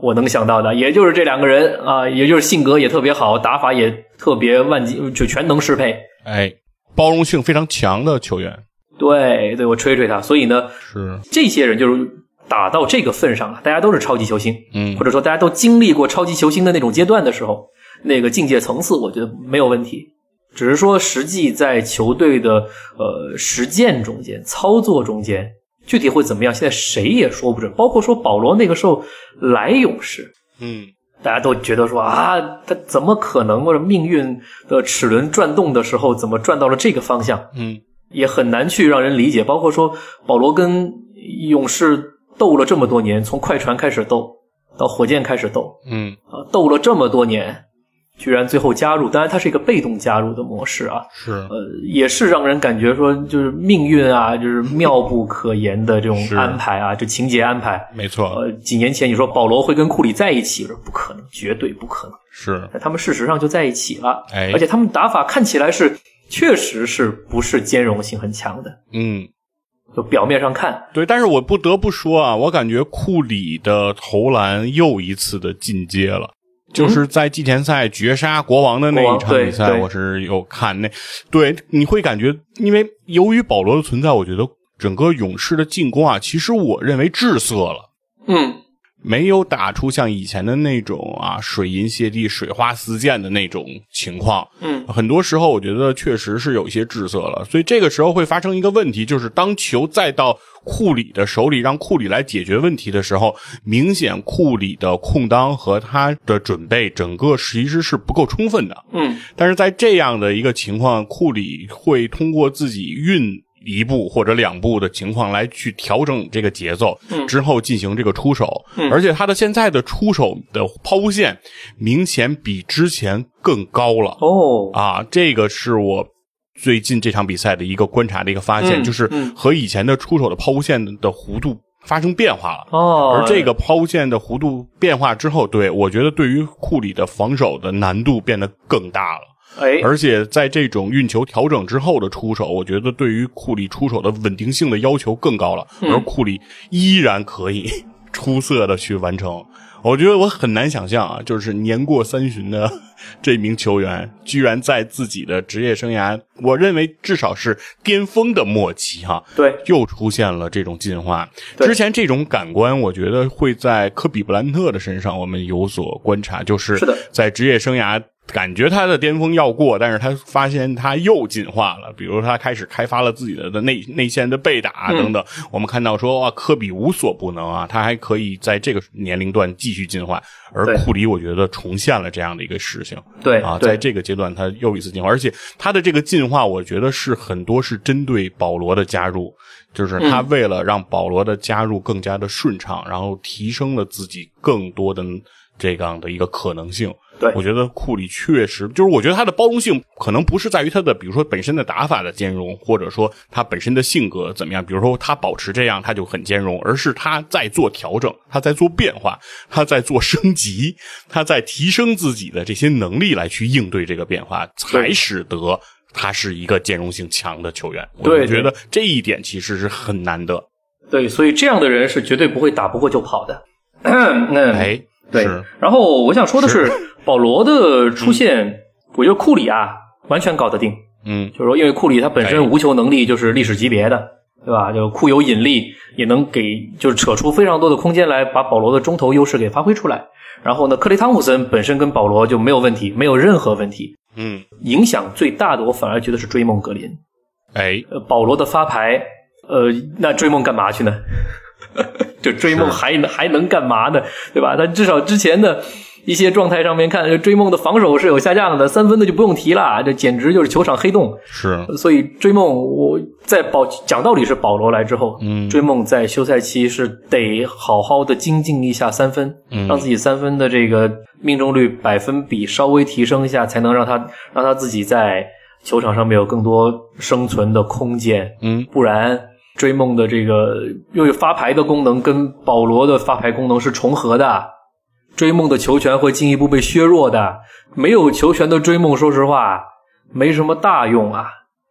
我能想到的，也就是这两个人啊，也就是性格也特别好，打法也特别万金，就全能适配。哎，包容性非常强的球员对，对我吹吹他。所以呢，是，这些人就是打到这个份上了，大家都是超级球星，嗯或者说大家都经历过超级球星的那种阶段的时候，那个境界层次，我觉得没有问题。只是说，实际在球队的呃实践中间、操作中间，具体会怎么样，现在谁也说不准。包括说保罗那个时候来勇士，嗯大家都觉得说啊，他怎么可能或者命运的齿轮转动的时候，怎么转到了这个方向？嗯也很难去让人理解。包括说保罗跟勇士斗了这么多年，从快船开始斗，到火箭开始斗，嗯，啊，斗了这么多年，居然最后加入，当然它是一个被动加入的模式啊，是呃，也是让人感觉说就是命运啊，就是妙不可言的这种是安排啊，这情节安排。没错，呃，几年前你说保罗会跟库里在一起，我说不可能，绝对不可能。是，但他们事实上就在一起了，哎而且他们打法看起来是确实是不是兼容性很强的，嗯。就表面上看，对，但是我不得不说啊，我感觉库里的投篮又一次的进阶了。就是在季前赛绝杀国王的那一场嗯国王对比赛，对我是有看那，对，你会感觉，因为由于保罗的存在，我觉得整个勇士的进攻啊，其实我认为滞涩了。嗯，没有打出像以前的那种啊水银泻地、水花四溅的那种情况。嗯很多时候我觉得确实是有一些滞涩了，所以这个时候会发生一个问题，就是当球再到库里的手里，让库里来解决问题的时候，明显库里的空当和他的准备，整个其实是不够充分的。嗯，但是在这样的一个情况，库里会通过自己运一步或者两步的情况来去调整这个节奏，之后进行这个出手。而且他的现在的出手的抛物线明显比之前更高了哦，啊！这个是我。最近这场比赛的一个观察的一个发现，嗯就是嗯和以前的出手的抛物线的弧度发生变化了。哦，而这个抛物线的弧度变化之后，对我觉得对于库里的防守的难度变得更大了。哎，而且在这种运球调整之后的出手，我觉得对于库里出手的稳定性的要求更高了，而库里依然可以 出色的去完成。我觉得我很难想象啊，就是年过三旬的 这名球员，居然在自己的职业生涯，我认为至少是巅峰的末期哈、对，又出现了这种进化。对之前这种感官，我觉得会在科比布兰特的身上我们有所观察，就是是的在职业生涯。感觉他的巅峰要过，但是他发现他又进化了。比如他开始开发了自己的的内内线的背打啊嗯等等。我们看到说哇，科比无所不能啊，他还可以在这个年龄段继续进化。而对库里，我觉得重现了这样的一个事情。对，啊，在对，这个阶段他又一次进化，而且他的这个进化，我觉得是很多是针对保罗的加入，就是他为了让保罗的加入更加的顺畅，然后提升了自己更多的这样的一个可能性。对我觉得库里确实就是，我觉得他的包容性可能不是在于他的，比如说本身的打法的兼容，或者说他本身的性格怎么样，比如说他保持这样他就很兼容，而是他在做调整，他在做变化，他在做升级，他在提升自己的这些能力来去应对这个变化，才使得他是一个兼容性强的球员。对我觉得这一点其实是很难得。对，所以这样的人是绝对不会打不过就跑的。 那哎，对是，然后我想说的是，保罗的出现，我觉得库里啊完全搞得定。嗯，就是说，因为库里他本哎身无球能力就是历史级别的，对吧？就库有引力，也能给就是扯出非常多的空间来，把保罗的中投优势给发挥出来。然后呢，克雷汤普森本身跟保罗就没有问题，没有任何问题。嗯，影响最大的，我反而觉得是追梦格林。哎，呃，保罗的发牌，呃，那追梦干嘛去呢？ 就追梦是还能还能干嘛呢？对吧？他至少之前的一些状态上面看，追梦的防守是有下降的，三分的就不用提了，这简直就是球场黑洞。是，所以追梦，我在保讲道理是保罗来之后，嗯追梦在休赛期是得好好的精进一下三分，嗯让自己三分的这个命中率百分比稍微提升一下，才能让他让他自己在球场上面有更多生存的空间，嗯，不然。追梦的这个因为发牌的功能跟保罗的发牌功能是重合的，追梦的球权会进一步被削弱的。没有球权的追梦，说实话没什么大用啊。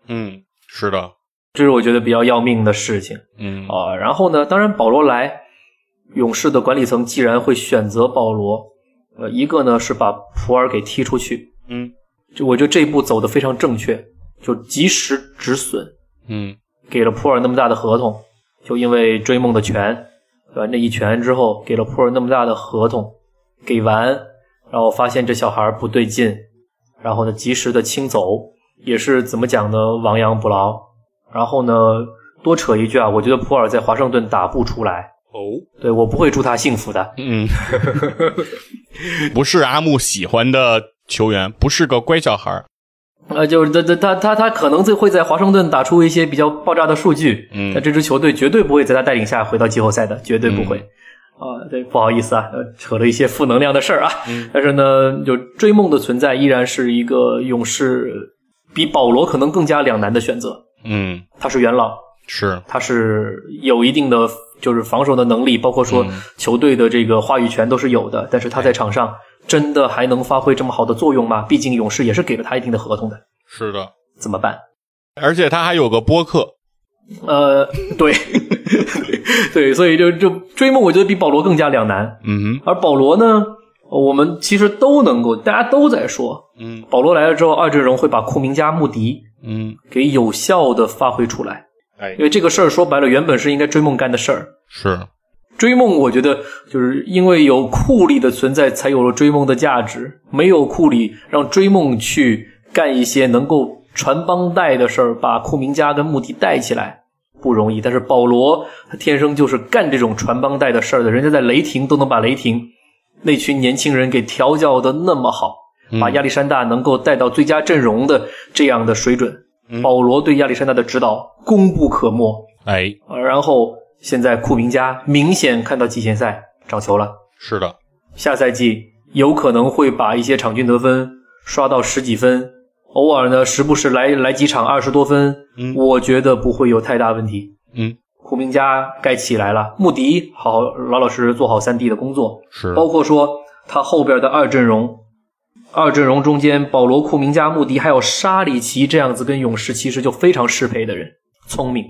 嗯，是的，这是我觉得比较要命的事情嗯，啊、然后呢，当然保罗来，勇士的管理层既然会选择保罗，呃，一个呢是把普尔给踢出去，嗯，就我觉得这一步走得非常正确，就及时止损，嗯，给了普尔那么大的合同，就因为追梦的权，对吧？那一拳之后给了普尔那么大的合同，给完，然后发现这小孩儿不对劲，然后呢，及时的清走，也是怎么讲呢？亡羊补牢。然后呢，多扯一句啊，我觉得普尔在华盛顿打不出来，哦。对我不会祝他幸福的。嗯， 不是阿木喜欢的球员，不是个乖小孩儿呃，就是他他他他他可能最会在华盛顿打出一些比较爆炸的数据，嗯但这支球队绝对不会在他带领下回到季后赛的，绝对不会。啊，对，不好意思啊，呃扯了一些负能量的事儿啊。但是呢，就追梦的存在依然是一个勇士比保罗可能更加两难的选择。嗯，他是元老，是，他是有一定的就是防守的能力，包括说球队的这个话语权都是有的。但是他在场上真的还能发挥这么好的作用吗？毕竟勇士也是给了他一定的合同的，是的，怎么办？而且他还有个播客，呃，对，对，所以就就追梦，我觉得比保罗更加两难。嗯而保罗呢，我们其实都能够，大家都在说，嗯保罗来了之后，二阵容会把库明加、穆迪嗯，给有效的发挥出来。哎因，为这个事儿说白了，原本是应该追梦干的事儿。是，追梦，我觉得就是因为有库里的存在，才有了追梦的价值。没有库里，让追梦去干一些能够传帮带的事儿，把库明加跟穆迪带起来不容易。但是保罗他天生就是干这种传帮带的事儿的，人家在雷霆都能把雷霆那群年轻人给调教的那么好，嗯把亚历山大能够带到最佳阵容的这样的水准。保罗对亚历山大的指导功不可没。哎，呃，然后现在库明加明显看到季前赛涨球了，是的，下赛季有可能会把一些场均得分刷到十几分，偶尔呢时不时来来几场二十多分，嗯我觉得不会有太大问题。嗯，库明加该起来了，穆迪好老老实实做好三 D 的工作，是，包括说他后边的二阵容，二阵容中间保罗、库明加、穆迪还有沙里奇这样子跟勇士其实就非常适配的人，聪明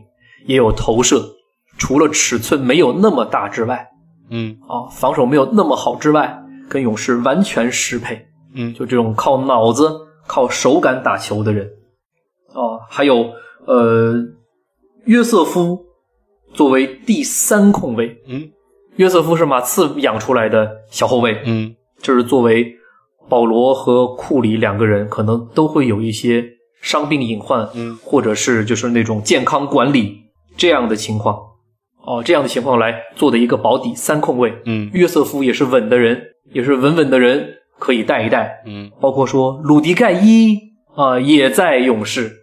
也有投射，除了尺寸没有那么大之外，嗯啊，防守没有那么好之外，跟勇士完全适配。嗯就这种靠脑子、靠手感打球的人。哦，还有呃，约瑟夫作为第三控卫，嗯约瑟夫是马刺养出来的小后卫，嗯，这是作为保罗和库里两个人可能都会有一些伤病隐患，嗯，或者是就是那种健康管理这样的情况，哦，这样的情况来做的一个保底三控卫，嗯约瑟夫也是稳的人，也是稳稳的人，可以带一带，嗯包括说鲁迪盖伊啊、也在勇士，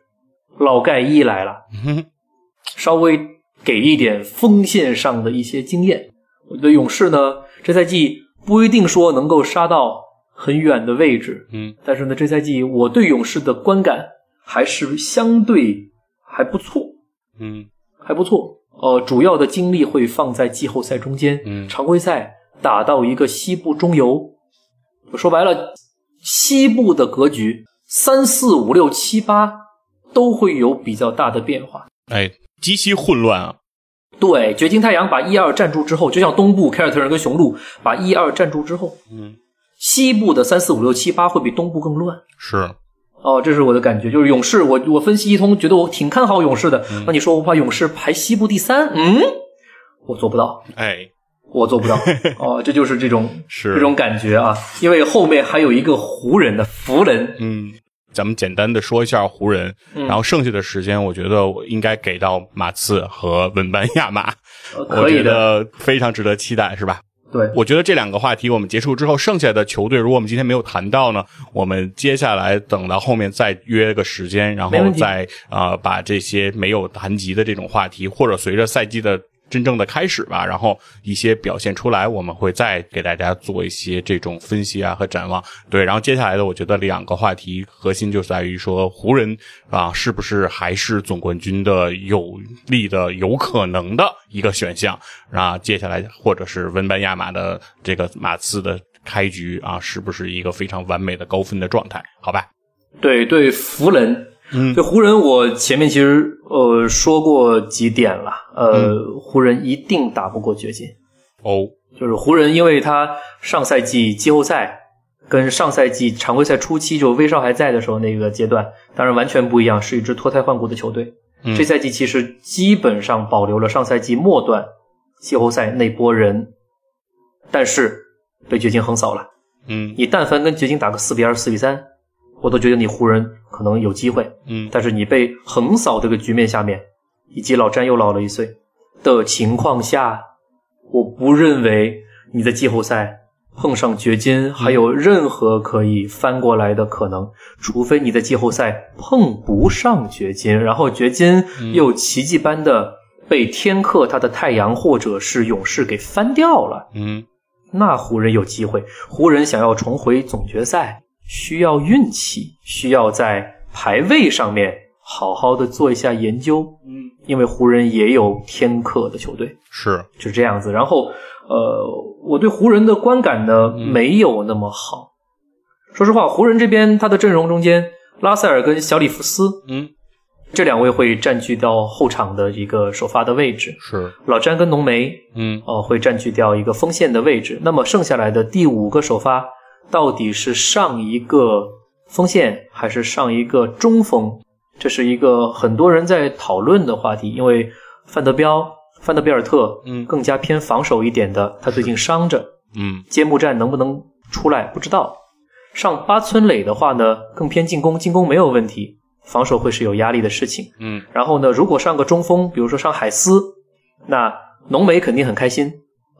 老盖伊来了。嗯，稍微给一点锋线上的一些经验。我觉得勇士呢，这赛季不一定说能够杀到很远的位置，嗯，但是呢，这赛季我对勇士的观感还是相对还不错，嗯还不错。呃，主要的精力会放在季后赛中间，嗯常规赛打到一个西部中游。说白了，西部的格局三四五六七八都会有比较大的变化。哎，极其混乱啊，对，掘金太阳把一二站住之后，就像东部凯尔特人跟雄鹿把一二站住之后，嗯，西部的三四五六七八会比东部更乱。是，哦，这是我的感觉，就是勇士，我我分析一通，觉得我挺看好勇士的。嗯那你说我把勇士排西部第三，嗯，我做不到，哎，我做不 到。哦，这就是这种是这种感觉啊，因为后面还有一个湖人的湖人，嗯，咱们简单的说一下湖人，嗯然后剩下的时间，我觉得我应该给到马刺和文班亚马，呃我 可以觉的，得非常值得期待，是吧？对，我觉得这两个话题我们结束之后，剩下的球队如果我们今天没有谈到呢，我们接下来等到后面再约个时间，然没后问题再呃把这些没有谈及的这种话题，或者随着赛季的。真正的开始吧，然后一些表现出来，我们会再给大家做一些这种分析啊和展望。对，然后接下来的我觉得两个话题核心就在于说湖人啊是不是还是总冠军的有力的、有可能的一个选项。啊，接下来或者是温班亚马的这个马刺的开局啊，是不是一个非常完美的高分的状态？好吧，对对，湖人， 嗯对湖人，我前面其实呃说过几点了，呃，湖人一定打不过掘金，哦，就是湖人，因为他上赛季季后赛跟上赛季常规赛初期，就威少还在的时候那个阶段，当然完全不一样，是一支脱胎换骨的球队。嗯这赛季其实基本上保留了上赛季末段季后赛那波人，但是被掘金横扫了。嗯你但凡跟掘金打个四比二、四比三，我都觉得你湖人可能有机会。嗯但是你被横扫这个局面下面，以及老詹又老了一岁的情况下，我不认为你在季后赛碰上掘金还有任何可以翻过来的可能，除非你在季后赛碰不上掘金，然后掘金又奇迹般的被天克他的太阳或者是勇士给翻掉了。嗯那湖人有机会。湖人想要重回总决赛，需要运气，需要在排位上面好好的做一下研究，嗯，因为湖人也有天克的球队，是，就是这样子。然后，呃，我对湖人的观感呢，没有那么好。说实话，湖人这边他的阵容中间，拉塞尔跟小里弗斯嗯这两位会占据到后场的一个首发的位置，是，老詹跟浓眉嗯哦，会占据掉一个锋线的位置。那么剩下来的第五个首发到底是上一个锋线还是上一个中锋？这是一个很多人在讨论的话题，因为范德彪、范德比尔特，嗯更加偏防守一点的，他最近伤着，嗯揭幕战能不能出来不知道。上八村垒的话呢，更偏进攻，进攻没有问题，防守会是有压力的事情。嗯然后呢，如果上个中锋，比如说上海斯，那浓眉肯定很开心。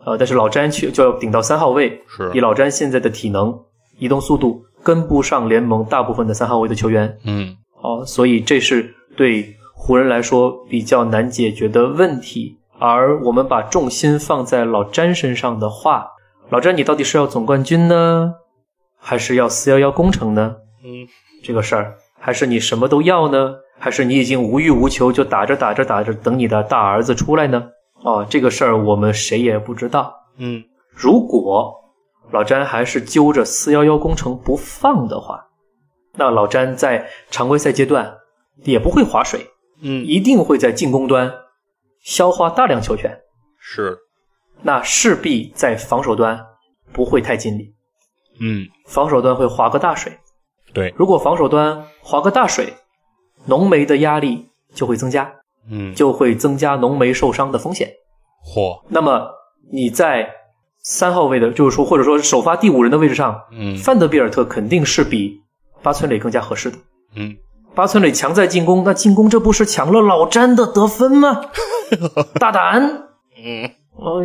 呃，但是老詹去就要顶到三号位，是以老詹现在的体能、移动速度跟不上联盟大部分的三号位的球员嗯哦、所以这是对湖人来说比较难解决的问题。而我们把重心放在老詹身上的话，老詹你到底是要总冠军呢，还是要四幺幺工程呢？嗯这个事儿，还是你什么都要呢？还是你已经无欲无求，就打着打着打着，等你的大儿子出来呢？哦，这个事儿我们谁也不知道。嗯如果老詹还是揪着四幺幺工程不放的话，那老詹在常规赛阶段也不会划水，嗯一定会在进攻端消化大量球权，是，那势必在防守端不会太尽力，嗯防守端会划个大水。对，如果防守端划个大水，浓眉的压力就会增加，嗯就会增加浓眉受伤的风险。嚯，那么你在三号位的，就是说或者说首发第五人的位置上，嗯范德比尔特肯定是比巴村磊更加合适的。嗯巴村磊强在进攻，那进攻这不是抢了老詹的得分吗？大胆，嗯，呃，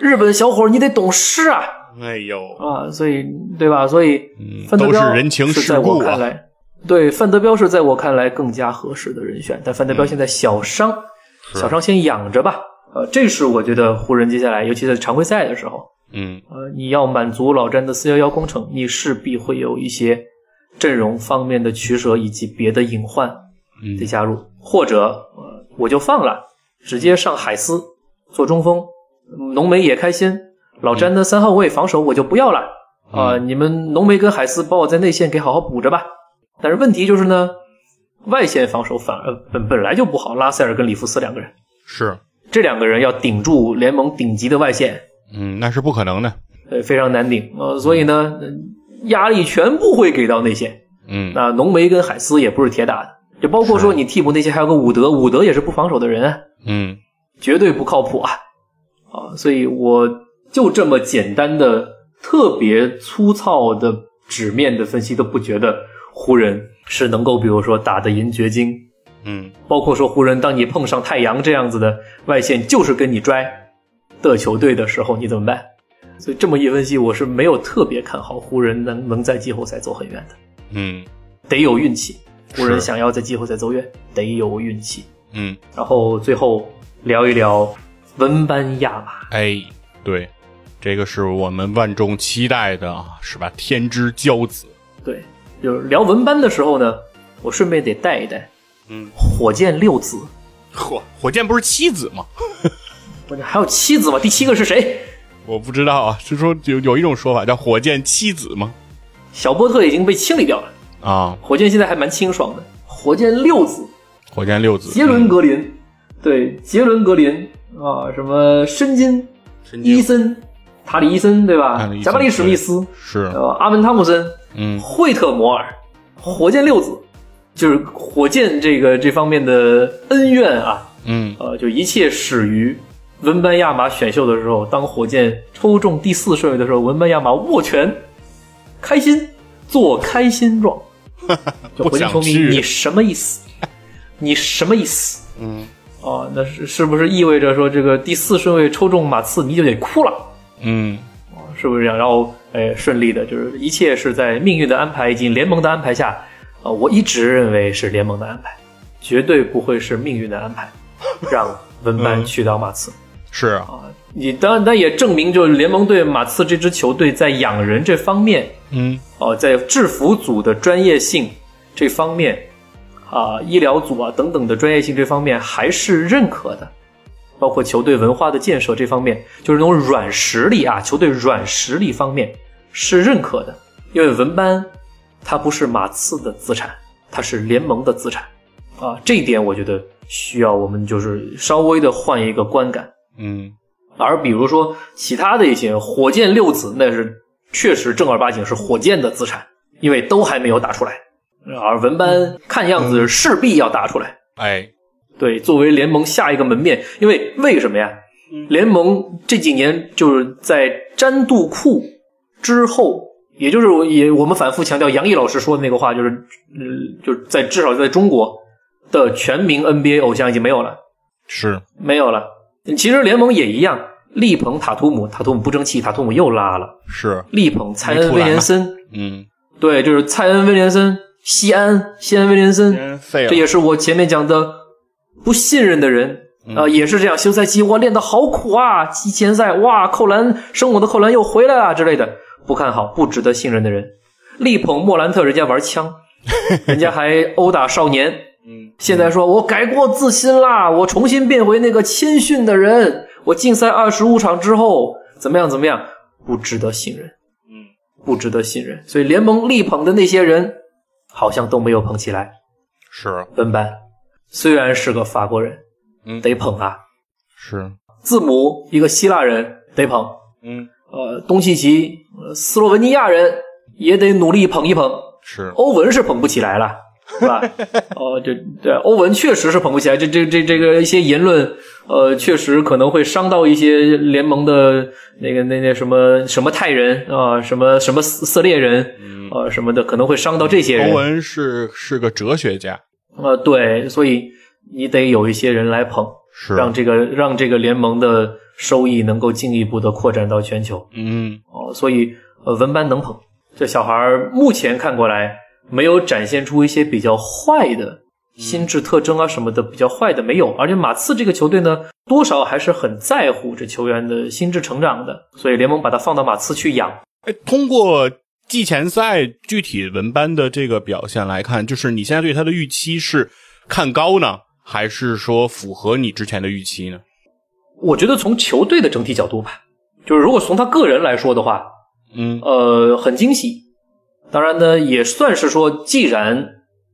日本小伙儿你得懂事啊哎呦，啊！所以对吧？所以嗯范德都彪是人情是世在故我啊看，来，对范德彪是在我看来更加合适的人选。但范德嗯彪现在小伤，小伤先养着吧。呃，这是我觉得湖人接下来，尤其在常规赛的时候，嗯呃，你要满足老詹的四幺幺工程，你势必会有一些阵容方面的取舍以及别的隐患嗯得加入，或者呃我就放了，直接上海斯做中锋，浓眉也开心，老詹的三号位防守我就不要了啊、呃你们浓眉跟海斯把我在内线给好好补着吧。但是问题就是呢，外线防守反而本本来就不好，拉塞尔跟里弗斯两个人，是，这两个人要顶住联盟顶级的外线，嗯，那是不可能的。呃，非常难顶。呃，所以呢，呃压力全部会给到内线。嗯，那浓眉跟海斯也不是铁打的，就包括说你替补那些还有个伍德，伍德也是不防守的人啊，嗯绝对不靠谱啊！啊，所以我就这么简单的、特别粗糙的纸面的分析都不觉得湖人是能够，比如说打得赢掘金，嗯包括说湖人，当你碰上太阳这样子的外线就是跟你拽的球队的时候，你怎么办？所以这么一分析，我是没有特别看好湖人能能在季后赛走很远的，嗯得有运气。湖人是想要在季后赛走远，得有运气。嗯，然后最后聊一聊文班亚马，哎，对，这个是我们万众期待的啊，是吧？天之骄 子。对，就是聊文班的时候呢，我顺便得带一带，嗯，火箭六子，火火箭不是妻子吗？不是还有七子吗？第七个是谁？我不知道啊，是说有有一种说法叫火箭妻子吗？小波特已经被清理掉了，啊，火箭现在还蛮清爽的。火箭六子，火箭六子，杰伦·格林，对，杰伦·格林啊，什么申金、神经伊森、塔里伊森，对吧塔里伊？森贾巴里·史密斯，是，呃，阿文·汤姆森，嗯惠特摩尔，火箭六子，就是火箭这个这方面的恩怨啊，嗯呃，就一切始于文班亚马选秀的时候，当火箭抽中第四顺位的时候，文班亚马握拳，开心，做开心 状。就火箭球不想迷，去你什么意思？ 你什么意思？嗯哦，那是是不是意味着说这个第四顺位抽中马刺你就得哭了？嗯，哦是不是这样？然后，哎，顺利的，就是一切是在命运的安排以及联盟的安排下，呃，我一直认为是联盟的安排，绝对不会是命运的安排，让文班去到马刺。是啊，你当然，但也证明，就是联盟对马刺这支球队在养人这方面，嗯哦、在制服组的专业性这方面，啊、医疗组啊等等的专业性这方面还是认可的，包括球队文化的建设这方面，就是那种软实力啊，球队软实力方面是认可的，因为文班他不是马刺的资产，他是联盟的资产，啊、这一点我觉得需要我们就是稍微的换一个观感。嗯而比如说其他的一些火箭六子，那是确实正儿八经是火箭的资产，因为都还没有打出来。而文班看样子势必要打出来，哎对，作为联盟下一个门面，因为为什么呀？联盟这几年就是在詹杜库之后，也就是我也我们反复强调杨毅老师说的那个话，就是嗯，就是在至少在中国的全民 NBA 偶像已经没有了。是，没有了。其实联盟也一样，力捧塔图姆，塔图姆不争气，塔图姆又拉了。是，力捧蔡恩威廉森，嗯，对，就是蔡恩威廉森，西安西安威廉森，废这也是我前面讲的不信任的人。呃，也是这样，休赛期我练得好苦啊，季前赛哇，扣篮生我的扣篮又回来了之类的，不看好，不值得信任的人。力捧莫兰特，人家玩枪，人家还殴打少年，嗯现在说我改过自新啦，我重新变回那个谦逊的人。我竞赛二十五场之后怎么样怎么样，不值得信任，嗯，不值得信任。所以联盟力捧的那些人，好像都没有捧起来。是文班虽然是个法国人，嗯得捧啊。是，字母一个希腊人得捧，嗯呃，东契奇、呃斯洛文尼亚人也得努力捧一捧。是，欧文是捧不起来了，是吧？哦，这对欧文确实是捧不起来，这这这这个一些言论，呃，确实可能会伤到一些联盟的那个那那什么什么泰人啊、什么什么色色列人啊、什么的，可能会伤到这些人。欧文是是个哲学家，呃，对，所以你得有一些人来捧，是，让这个让这个联盟的收益能够进一步的扩展到全球。嗯哦，所以呃，文班能捧。这小孩儿目前看过来，没有展现出一些比较坏的心智特征啊什么的比较坏的没有，而且马刺这个球队呢，多少还是很在乎这球员的心智成长的，所以联盟把他放到马刺去养。哎，通过季前赛具体文班的这个表现来看，就是你现在对他的预期是看高呢，还是说符合你之前的预期呢？我觉得从球队的整体角度吧，就是如果从他个人来说的话，嗯，呃，很惊喜。当然呢，也算是说，既然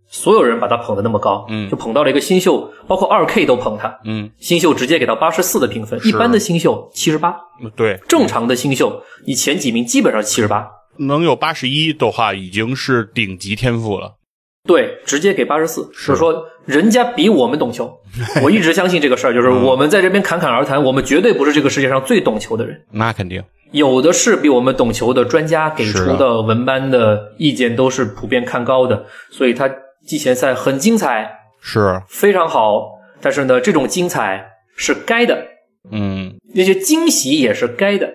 所有人把他捧得那么高，嗯就捧到了一个新秀，包括二 K 都捧他，嗯，新秀直接给到八十四的评分，一般的新秀七十八，对，正常的新秀你前几名基本上七十八，能有八十一的话，已经是顶级天赋了。对，直接给八十四，就是说人家比我们懂 球。我一直相信这个事儿，就是我们在这边侃侃而谈，我们绝对不是这个世界上最懂球的人。那肯定，有的是比我们懂球的专家给出是的文班的意见都是普遍看高的，所以他季前赛很精彩，是，非常好。但是呢，这种精彩是该的，嗯，那些惊喜也是该的。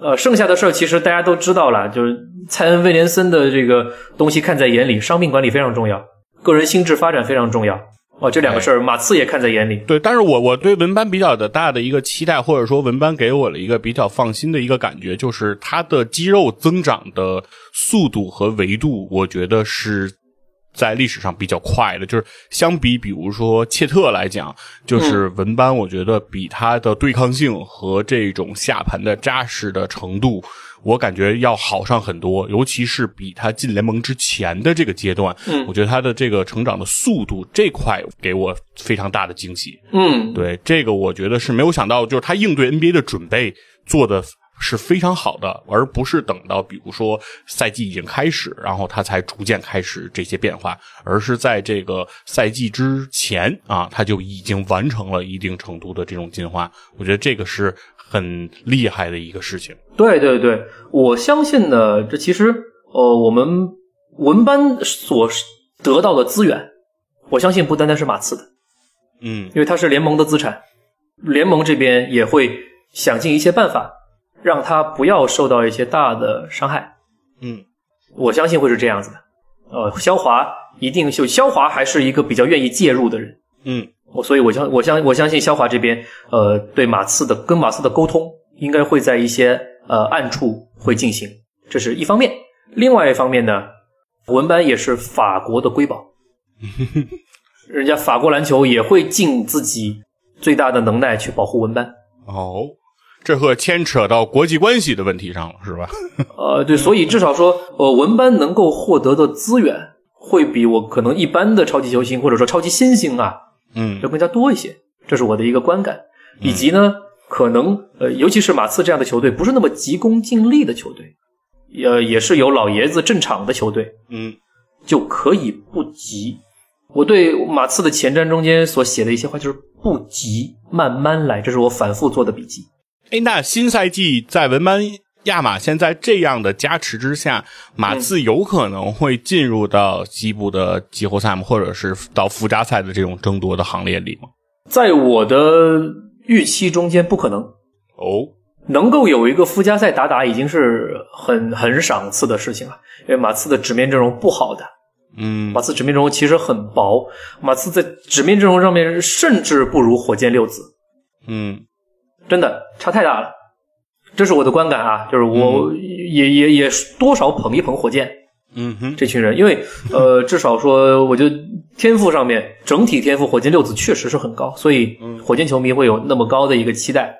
呃，剩下的事儿其实大家都知道了，就是蔡恩威廉森的这个东西看在眼里，伤病管理非常重要，个人心智发展非常重要。哦，这两个事儿马刺也看在眼里。对，但是我我对文班比较的大的一个期待，或者说文班给我了一个比较放心的一个感觉，就是他的肌肉增长的速度和维度，我觉得是在历史上比较快的。就是相比，比如说切特来讲，就是文班，我觉得比他的对抗性和这种下盘的扎实的程度。我感觉要好上很多，尤其是比他进联盟之前的这个阶段，嗯我觉得他的这个成长的速度这块给我非常大的惊喜。嗯，对，这个我觉得是没有想到，就是他应对 NBA 的准备做的是非常好的，而不是等到比如说赛季已经开始，然后他才逐渐开始这些变化，而是在这个赛季之前啊，他就已经完成了一定程度的这种进化。我觉得这个是很厉害的一个事情。对对对，我相信呢，这其实呃，我们文班所得到的资源，我相信不单单是马刺的，嗯因为它是联盟的资产，联盟这边也会想尽一切办法，让他不要受到一些大的伤害。嗯，我相信会是这样子的。呃，肖华一定就肖华还是一个比较愿意介入的人，嗯，我所以我相我相我相信肖华这边，呃，对马刺的跟马刺的沟通，应该会在一些呃暗处会进行，这是一方面。另外一方面呢，文班也是法国的瑰宝，人家法国篮球也会尽自己最大的能耐去保护文班。哦，这和牵扯到国际关系的问题上了，是吧？呃，对，所以至少说，呃，文班能够获得的资源会比我可能一般的超级球星或者说超级新星啊，嗯要更加多一些，这是我的一个观感。以及呢，可能呃，尤其是马刺这样的球队，不是那么急功近利的球队，呃，也是有老爷子镇场的球队嗯就可以不急。我对马刺的前瞻中间所写的一些话就是不急，慢慢来，这是我反复做的笔记。哎，那新赛季在文班亚马现在这样的加持之下，马刺有可能会进入到西部的季后赛吗？或者是到附加赛的这种争夺的行列里吗？在我的预期中间，不可能哦，能够有一个附加赛打打，已经是很很赏赐的事情了。因为马刺的纸面阵容不好的，嗯马刺纸面阵容其实很薄，马刺在纸面阵容上面甚至不如火箭六子，嗯真的差太大了。这是我的观感啊，就是我也也也多少捧一捧火箭嗯哼，这群人，因为呃，至少说我觉得天赋上面整体天赋，火箭六子确实是很高，所以火箭球迷会有那么高的一个期待。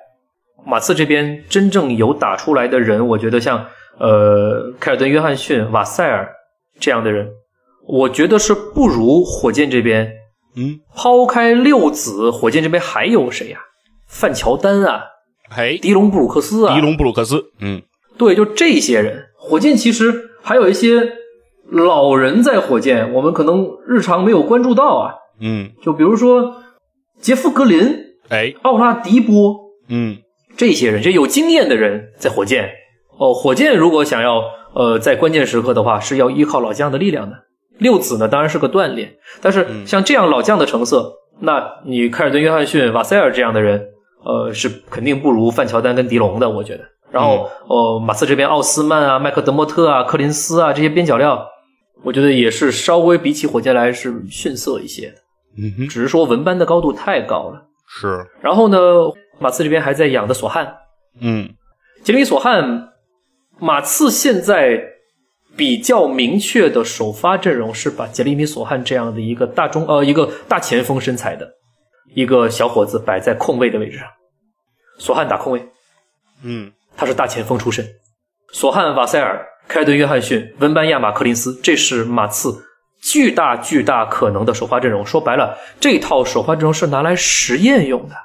马刺这边真正有打出来的人，我觉得像呃凯尔顿·约翰逊、瓦塞尔这样的人，我觉得是不如火箭这边嗯，抛开六子，火箭这边还有谁呀、范乔丹啊，嘿，迪隆布鲁克斯啊，迪隆布鲁克斯，嗯对，就这些人。火箭其实还有一些老人在火箭，我们可能日常没有关注到啊。嗯，就比如说杰夫格林、哎，奥拉迪波嗯这些人，这有经验的人在火箭。哦，火箭如果想要呃在关键时刻的话，是要依靠老将的力量的。六子呢，当然是个锻炼，但是像这样老将的成色，那你凯尔顿·约翰逊、瓦塞尔这样的人，呃，是肯定不如范乔丹跟迪龙的，我觉得。然后，呃，马刺这边奥斯曼啊、麦克德莫特啊、柯林斯啊这些边角料，我觉得也是稍微比起火箭来是逊色一些的。嗯哼，只是说文班的高度太高了。是，然后呢，马刺这边还在养的索汉，嗯杰里米·索汉，马刺现在比较明确的首发阵容是把杰里米·索汉这样的一个大中呃一个大前锋身材的一个小伙子摆在控卫的位置上。索汉打控卫，嗯他是大前锋出身。索汉、瓦塞尔、凯尔顿·约翰逊、文班亚马、柯林斯，这是马刺巨大巨大可能的首发阵容。说白了，这套首发阵容是拿来实验用的，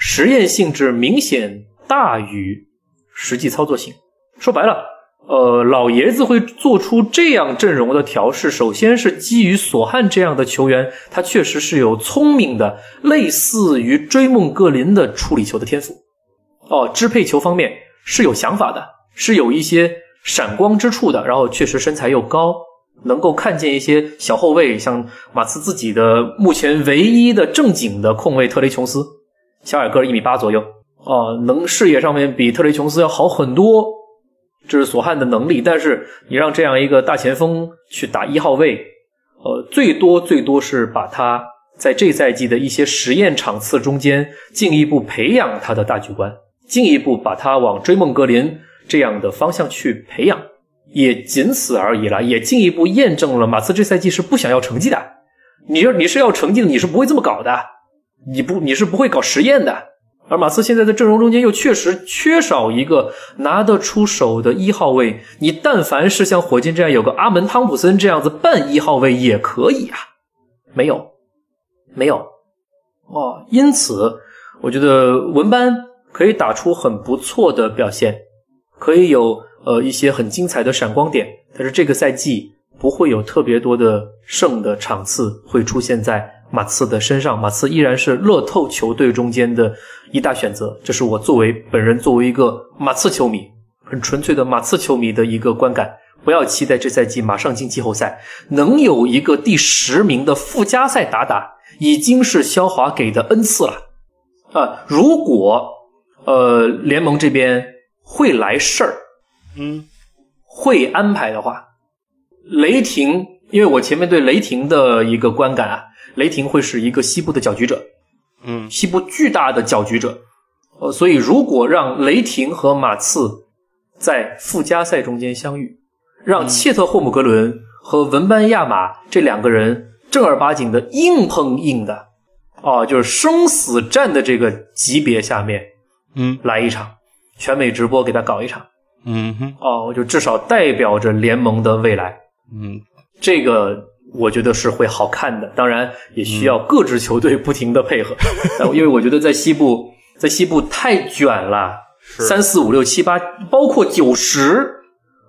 实验性质明显大于实际操作性。说白了，呃，老爷子会做出这样阵容的调试，首先是基于索汉这样的球员，他确实是有聪明的，类似于追梦格林的处理球的天赋。哦，支配球方面是有想法的，是有一些闪光之处的。然后确实身材又高，能够看见一些小后卫，像马刺自己的目前唯一的正经的控卫特雷琼斯，小矮个一米八左右，哦、能视野上面比特雷琼斯要好很多。这是索汉的能力，但是你让这样一个大前锋去打一号位，呃，最多最多是把他在这赛季的一些实验场次中间进一步培养他的大局观，进一步把他往追梦格林这样的方向去培养，也仅此而已了，也进一步验证了马刺这赛季是不想要成绩的。你要你是要成绩的，你是不会这么搞的，你不你是不会搞实验的。而马刺现在的阵容中间又确实缺少一个拿得出手的一号位，你但凡是像火箭这样有个阿门汤普森这样子半一号位也可以啊，没有，没有，哦，因此我觉得文班可以打出很不错的表现，可以有呃一些很精彩的闪光点，但是这个赛季不会有特别多的胜的场次会出现在马刺的身上。马刺依然是乐透球队中间的一大选择，这是我作为本人作为一个马刺球迷，很纯粹的马刺球迷的一个观感。不要期待这赛季马上进季后赛，能有一个第十名的附加赛打打，已经是肖华给的恩赐了。啊，如果呃联盟这边会来事儿，嗯会安排的话，雷霆，因为我前面对雷霆的一个观感啊，雷霆会是一个西部的搅局者，嗯西部巨大的搅局者，呃，所以如果让雷霆和马刺在附加赛中间相遇，让切特霍姆格伦和文班亚马这两个人正儿八经的硬碰硬的，啊，就是生死战的这个级别下面嗯来一场，全美直播给他搞一场。嗯哼哦，我就至少代表着联盟的未来，嗯这个我觉得是会好看的。当然，也需要各支球队不停的配合，呃因为我觉得在西部，在西部太卷了，三四五六七八，包括九十，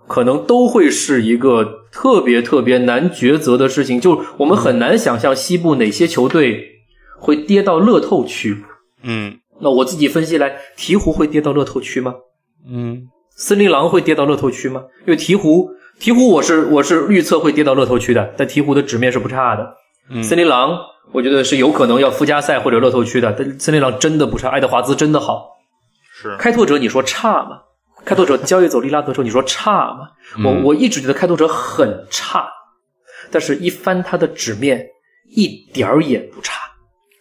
可能都会是一个特别特别难抉择的事情。就我们很难想象西部哪些球队会跌到乐透区。嗯那我自己分析来，鹈鹕会跌到乐透区吗？嗯森林狼会跌到乐透区吗？因为鹈鹕，鹈鹕我是我是预测会跌到乐透区的，但鹈鹕的纸面是不差的。嗯森林狼我觉得是有可能要附加赛或者乐透区的，但森林狼真的不差，爱德华兹真的好。是开拓者你说差吗？开拓者交易走利拉德的时候你说差吗？嗯我我一直觉得开拓者很差，但是一翻他的纸面，一点儿也不差。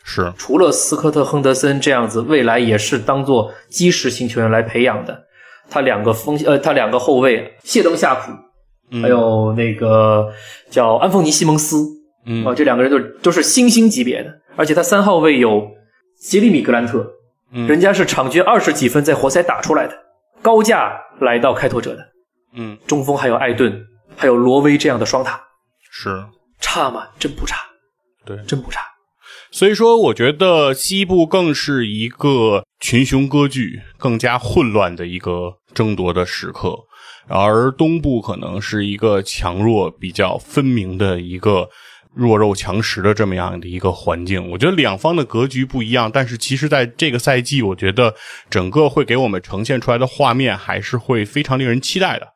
是除了斯科特·亨德森这样子，未来也是当做基石型球员来培养的。他两个锋呃，他两个后卫谢登夏普，嗯还有那个叫安东尼·西蒙斯嗯啊、这两个人都都是新星级别的。而且他三号位有杰里米·格兰特，嗯人家是场均二十几分在活塞打出来的，高价来到开拓者的。嗯中锋还有艾顿，还有罗威这样的双塔，是。差吗？真不差，对真不差。所以说，我觉得西部更是一个群雄割据、更加混乱的一个争夺的时刻，而东部可能是一个强弱比较分明的一个弱肉强食的这么样的一个环境。我觉得两方的格局不一样，但是其实在这个赛季，我觉得整个会给我们呈现出来的画面还是会非常令人期待的。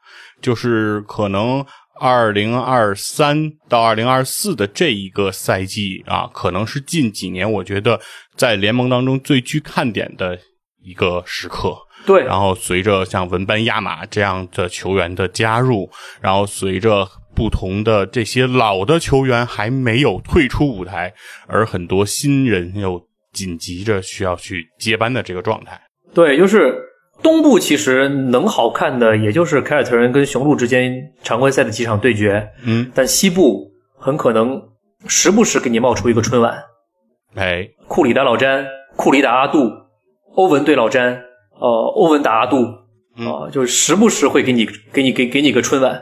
就是可能二零二三到二零二四的这一个赛季啊，可能是近几年我觉得在联盟当中最具看点的一个时刻。对，然后随着像文班亚马这样的球员的加入，然后随着不同的这些老的球员还没有退出舞台，而很多新人又紧急着需要去接班的这个状态。对，就是东部其实能好看的，也就是凯尔特人跟雄鹿之间常规赛的几场对决，嗯，但西部很可能时不时给你冒出一个春晚，哎，库里打老詹，库里打阿杜，欧文对老詹，呃，欧文打阿杜，嗯啊、就是时不时会给你给你给给你个春晚，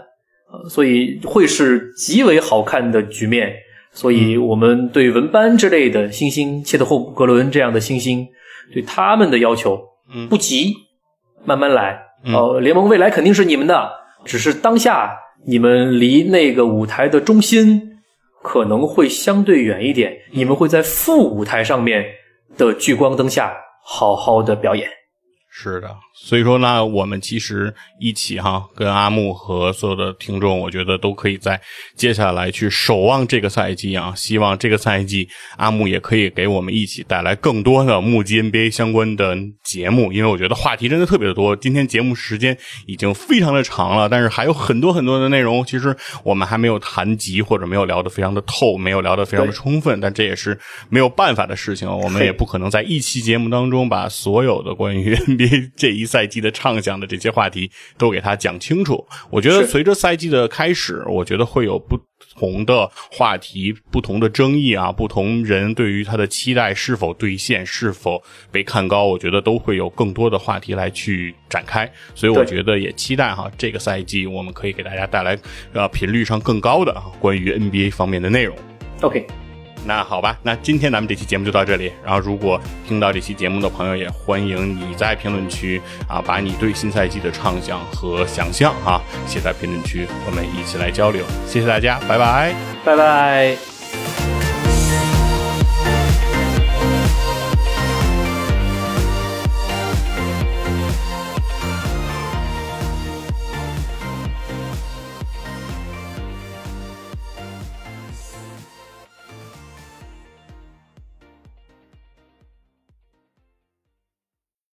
呃所以会是极为好看的局面。所以嗯我们对文班之类的新星，切特霍普格伦这样的新星，对他们的要求嗯不急，慢慢来。嗯呃，联盟未来肯定是你们的，只是当下你们离那个舞台的中心可能会相对远一点，你们会在副舞台上面的聚光灯下好好的表演。是的，所以说呢，我们其实一起哈，跟阿木和所有的听众，我觉得都可以在接下来去守望这个赛季啊。希望这个赛季阿木也可以给我们一起带来更多的目击 NBA 相关的节目，因为我觉得话题真的特别的多。今天节目时间已经非常的长了，但是还有很多很多的内容，其实我们还没有谈及，或者没有聊得非常的透，没有聊得非常的对充分，但这也是没有办法的事情，我们嘿也不可能在一期节目当中把所有的关于 NBA 这一赛季的畅想的这些话题都给它讲清楚。我觉得是随着赛季的开始，我觉得会有不同的话题、不同的争议啊，不同人对于他的期待是否兑现、是否被看高，我觉得都会有更多的话题来去展开。所以我对觉得也期待哈，这个赛季我们可以给大家带来呃频率上更高的啊关于 NBA 方面的内容。 OK，那好吧，那今天咱们这期节目就到这里。然后，如果听到这期节目的朋友，也欢迎你在评论区啊，把你对新赛季的畅想和想象啊写在评论区，我们一起来交流。谢谢大家，拜拜。拜拜。